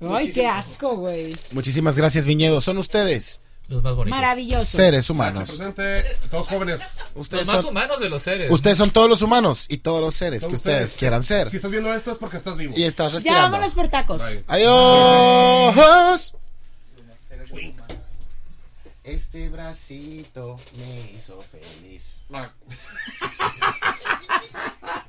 Speaker 3: Ay, qué asco, güey.
Speaker 4: Muchísimas gracias, Viñedo. Son ustedes
Speaker 1: Los más bonitos.
Speaker 3: Maravilloso.
Speaker 4: seres
Speaker 2: Se
Speaker 4: humanos.
Speaker 2: presente, todos jóvenes.
Speaker 4: Ustedes
Speaker 1: Los más
Speaker 4: son,
Speaker 1: humanos de los seres.
Speaker 4: ustedes son todos los humanos y todos los seres que
Speaker 2: Todos
Speaker 4: ustedes quieran ser.
Speaker 2: Si estás viendo esto es porque estás vivo.
Speaker 4: Y estás
Speaker 3: Ya
Speaker 4: respirando.
Speaker 3: vámonos por tacos.
Speaker 2: Bye.
Speaker 4: Adiós.
Speaker 5: Seres humanos.
Speaker 4: Este bracito me hizo feliz.
Speaker 2: Ah.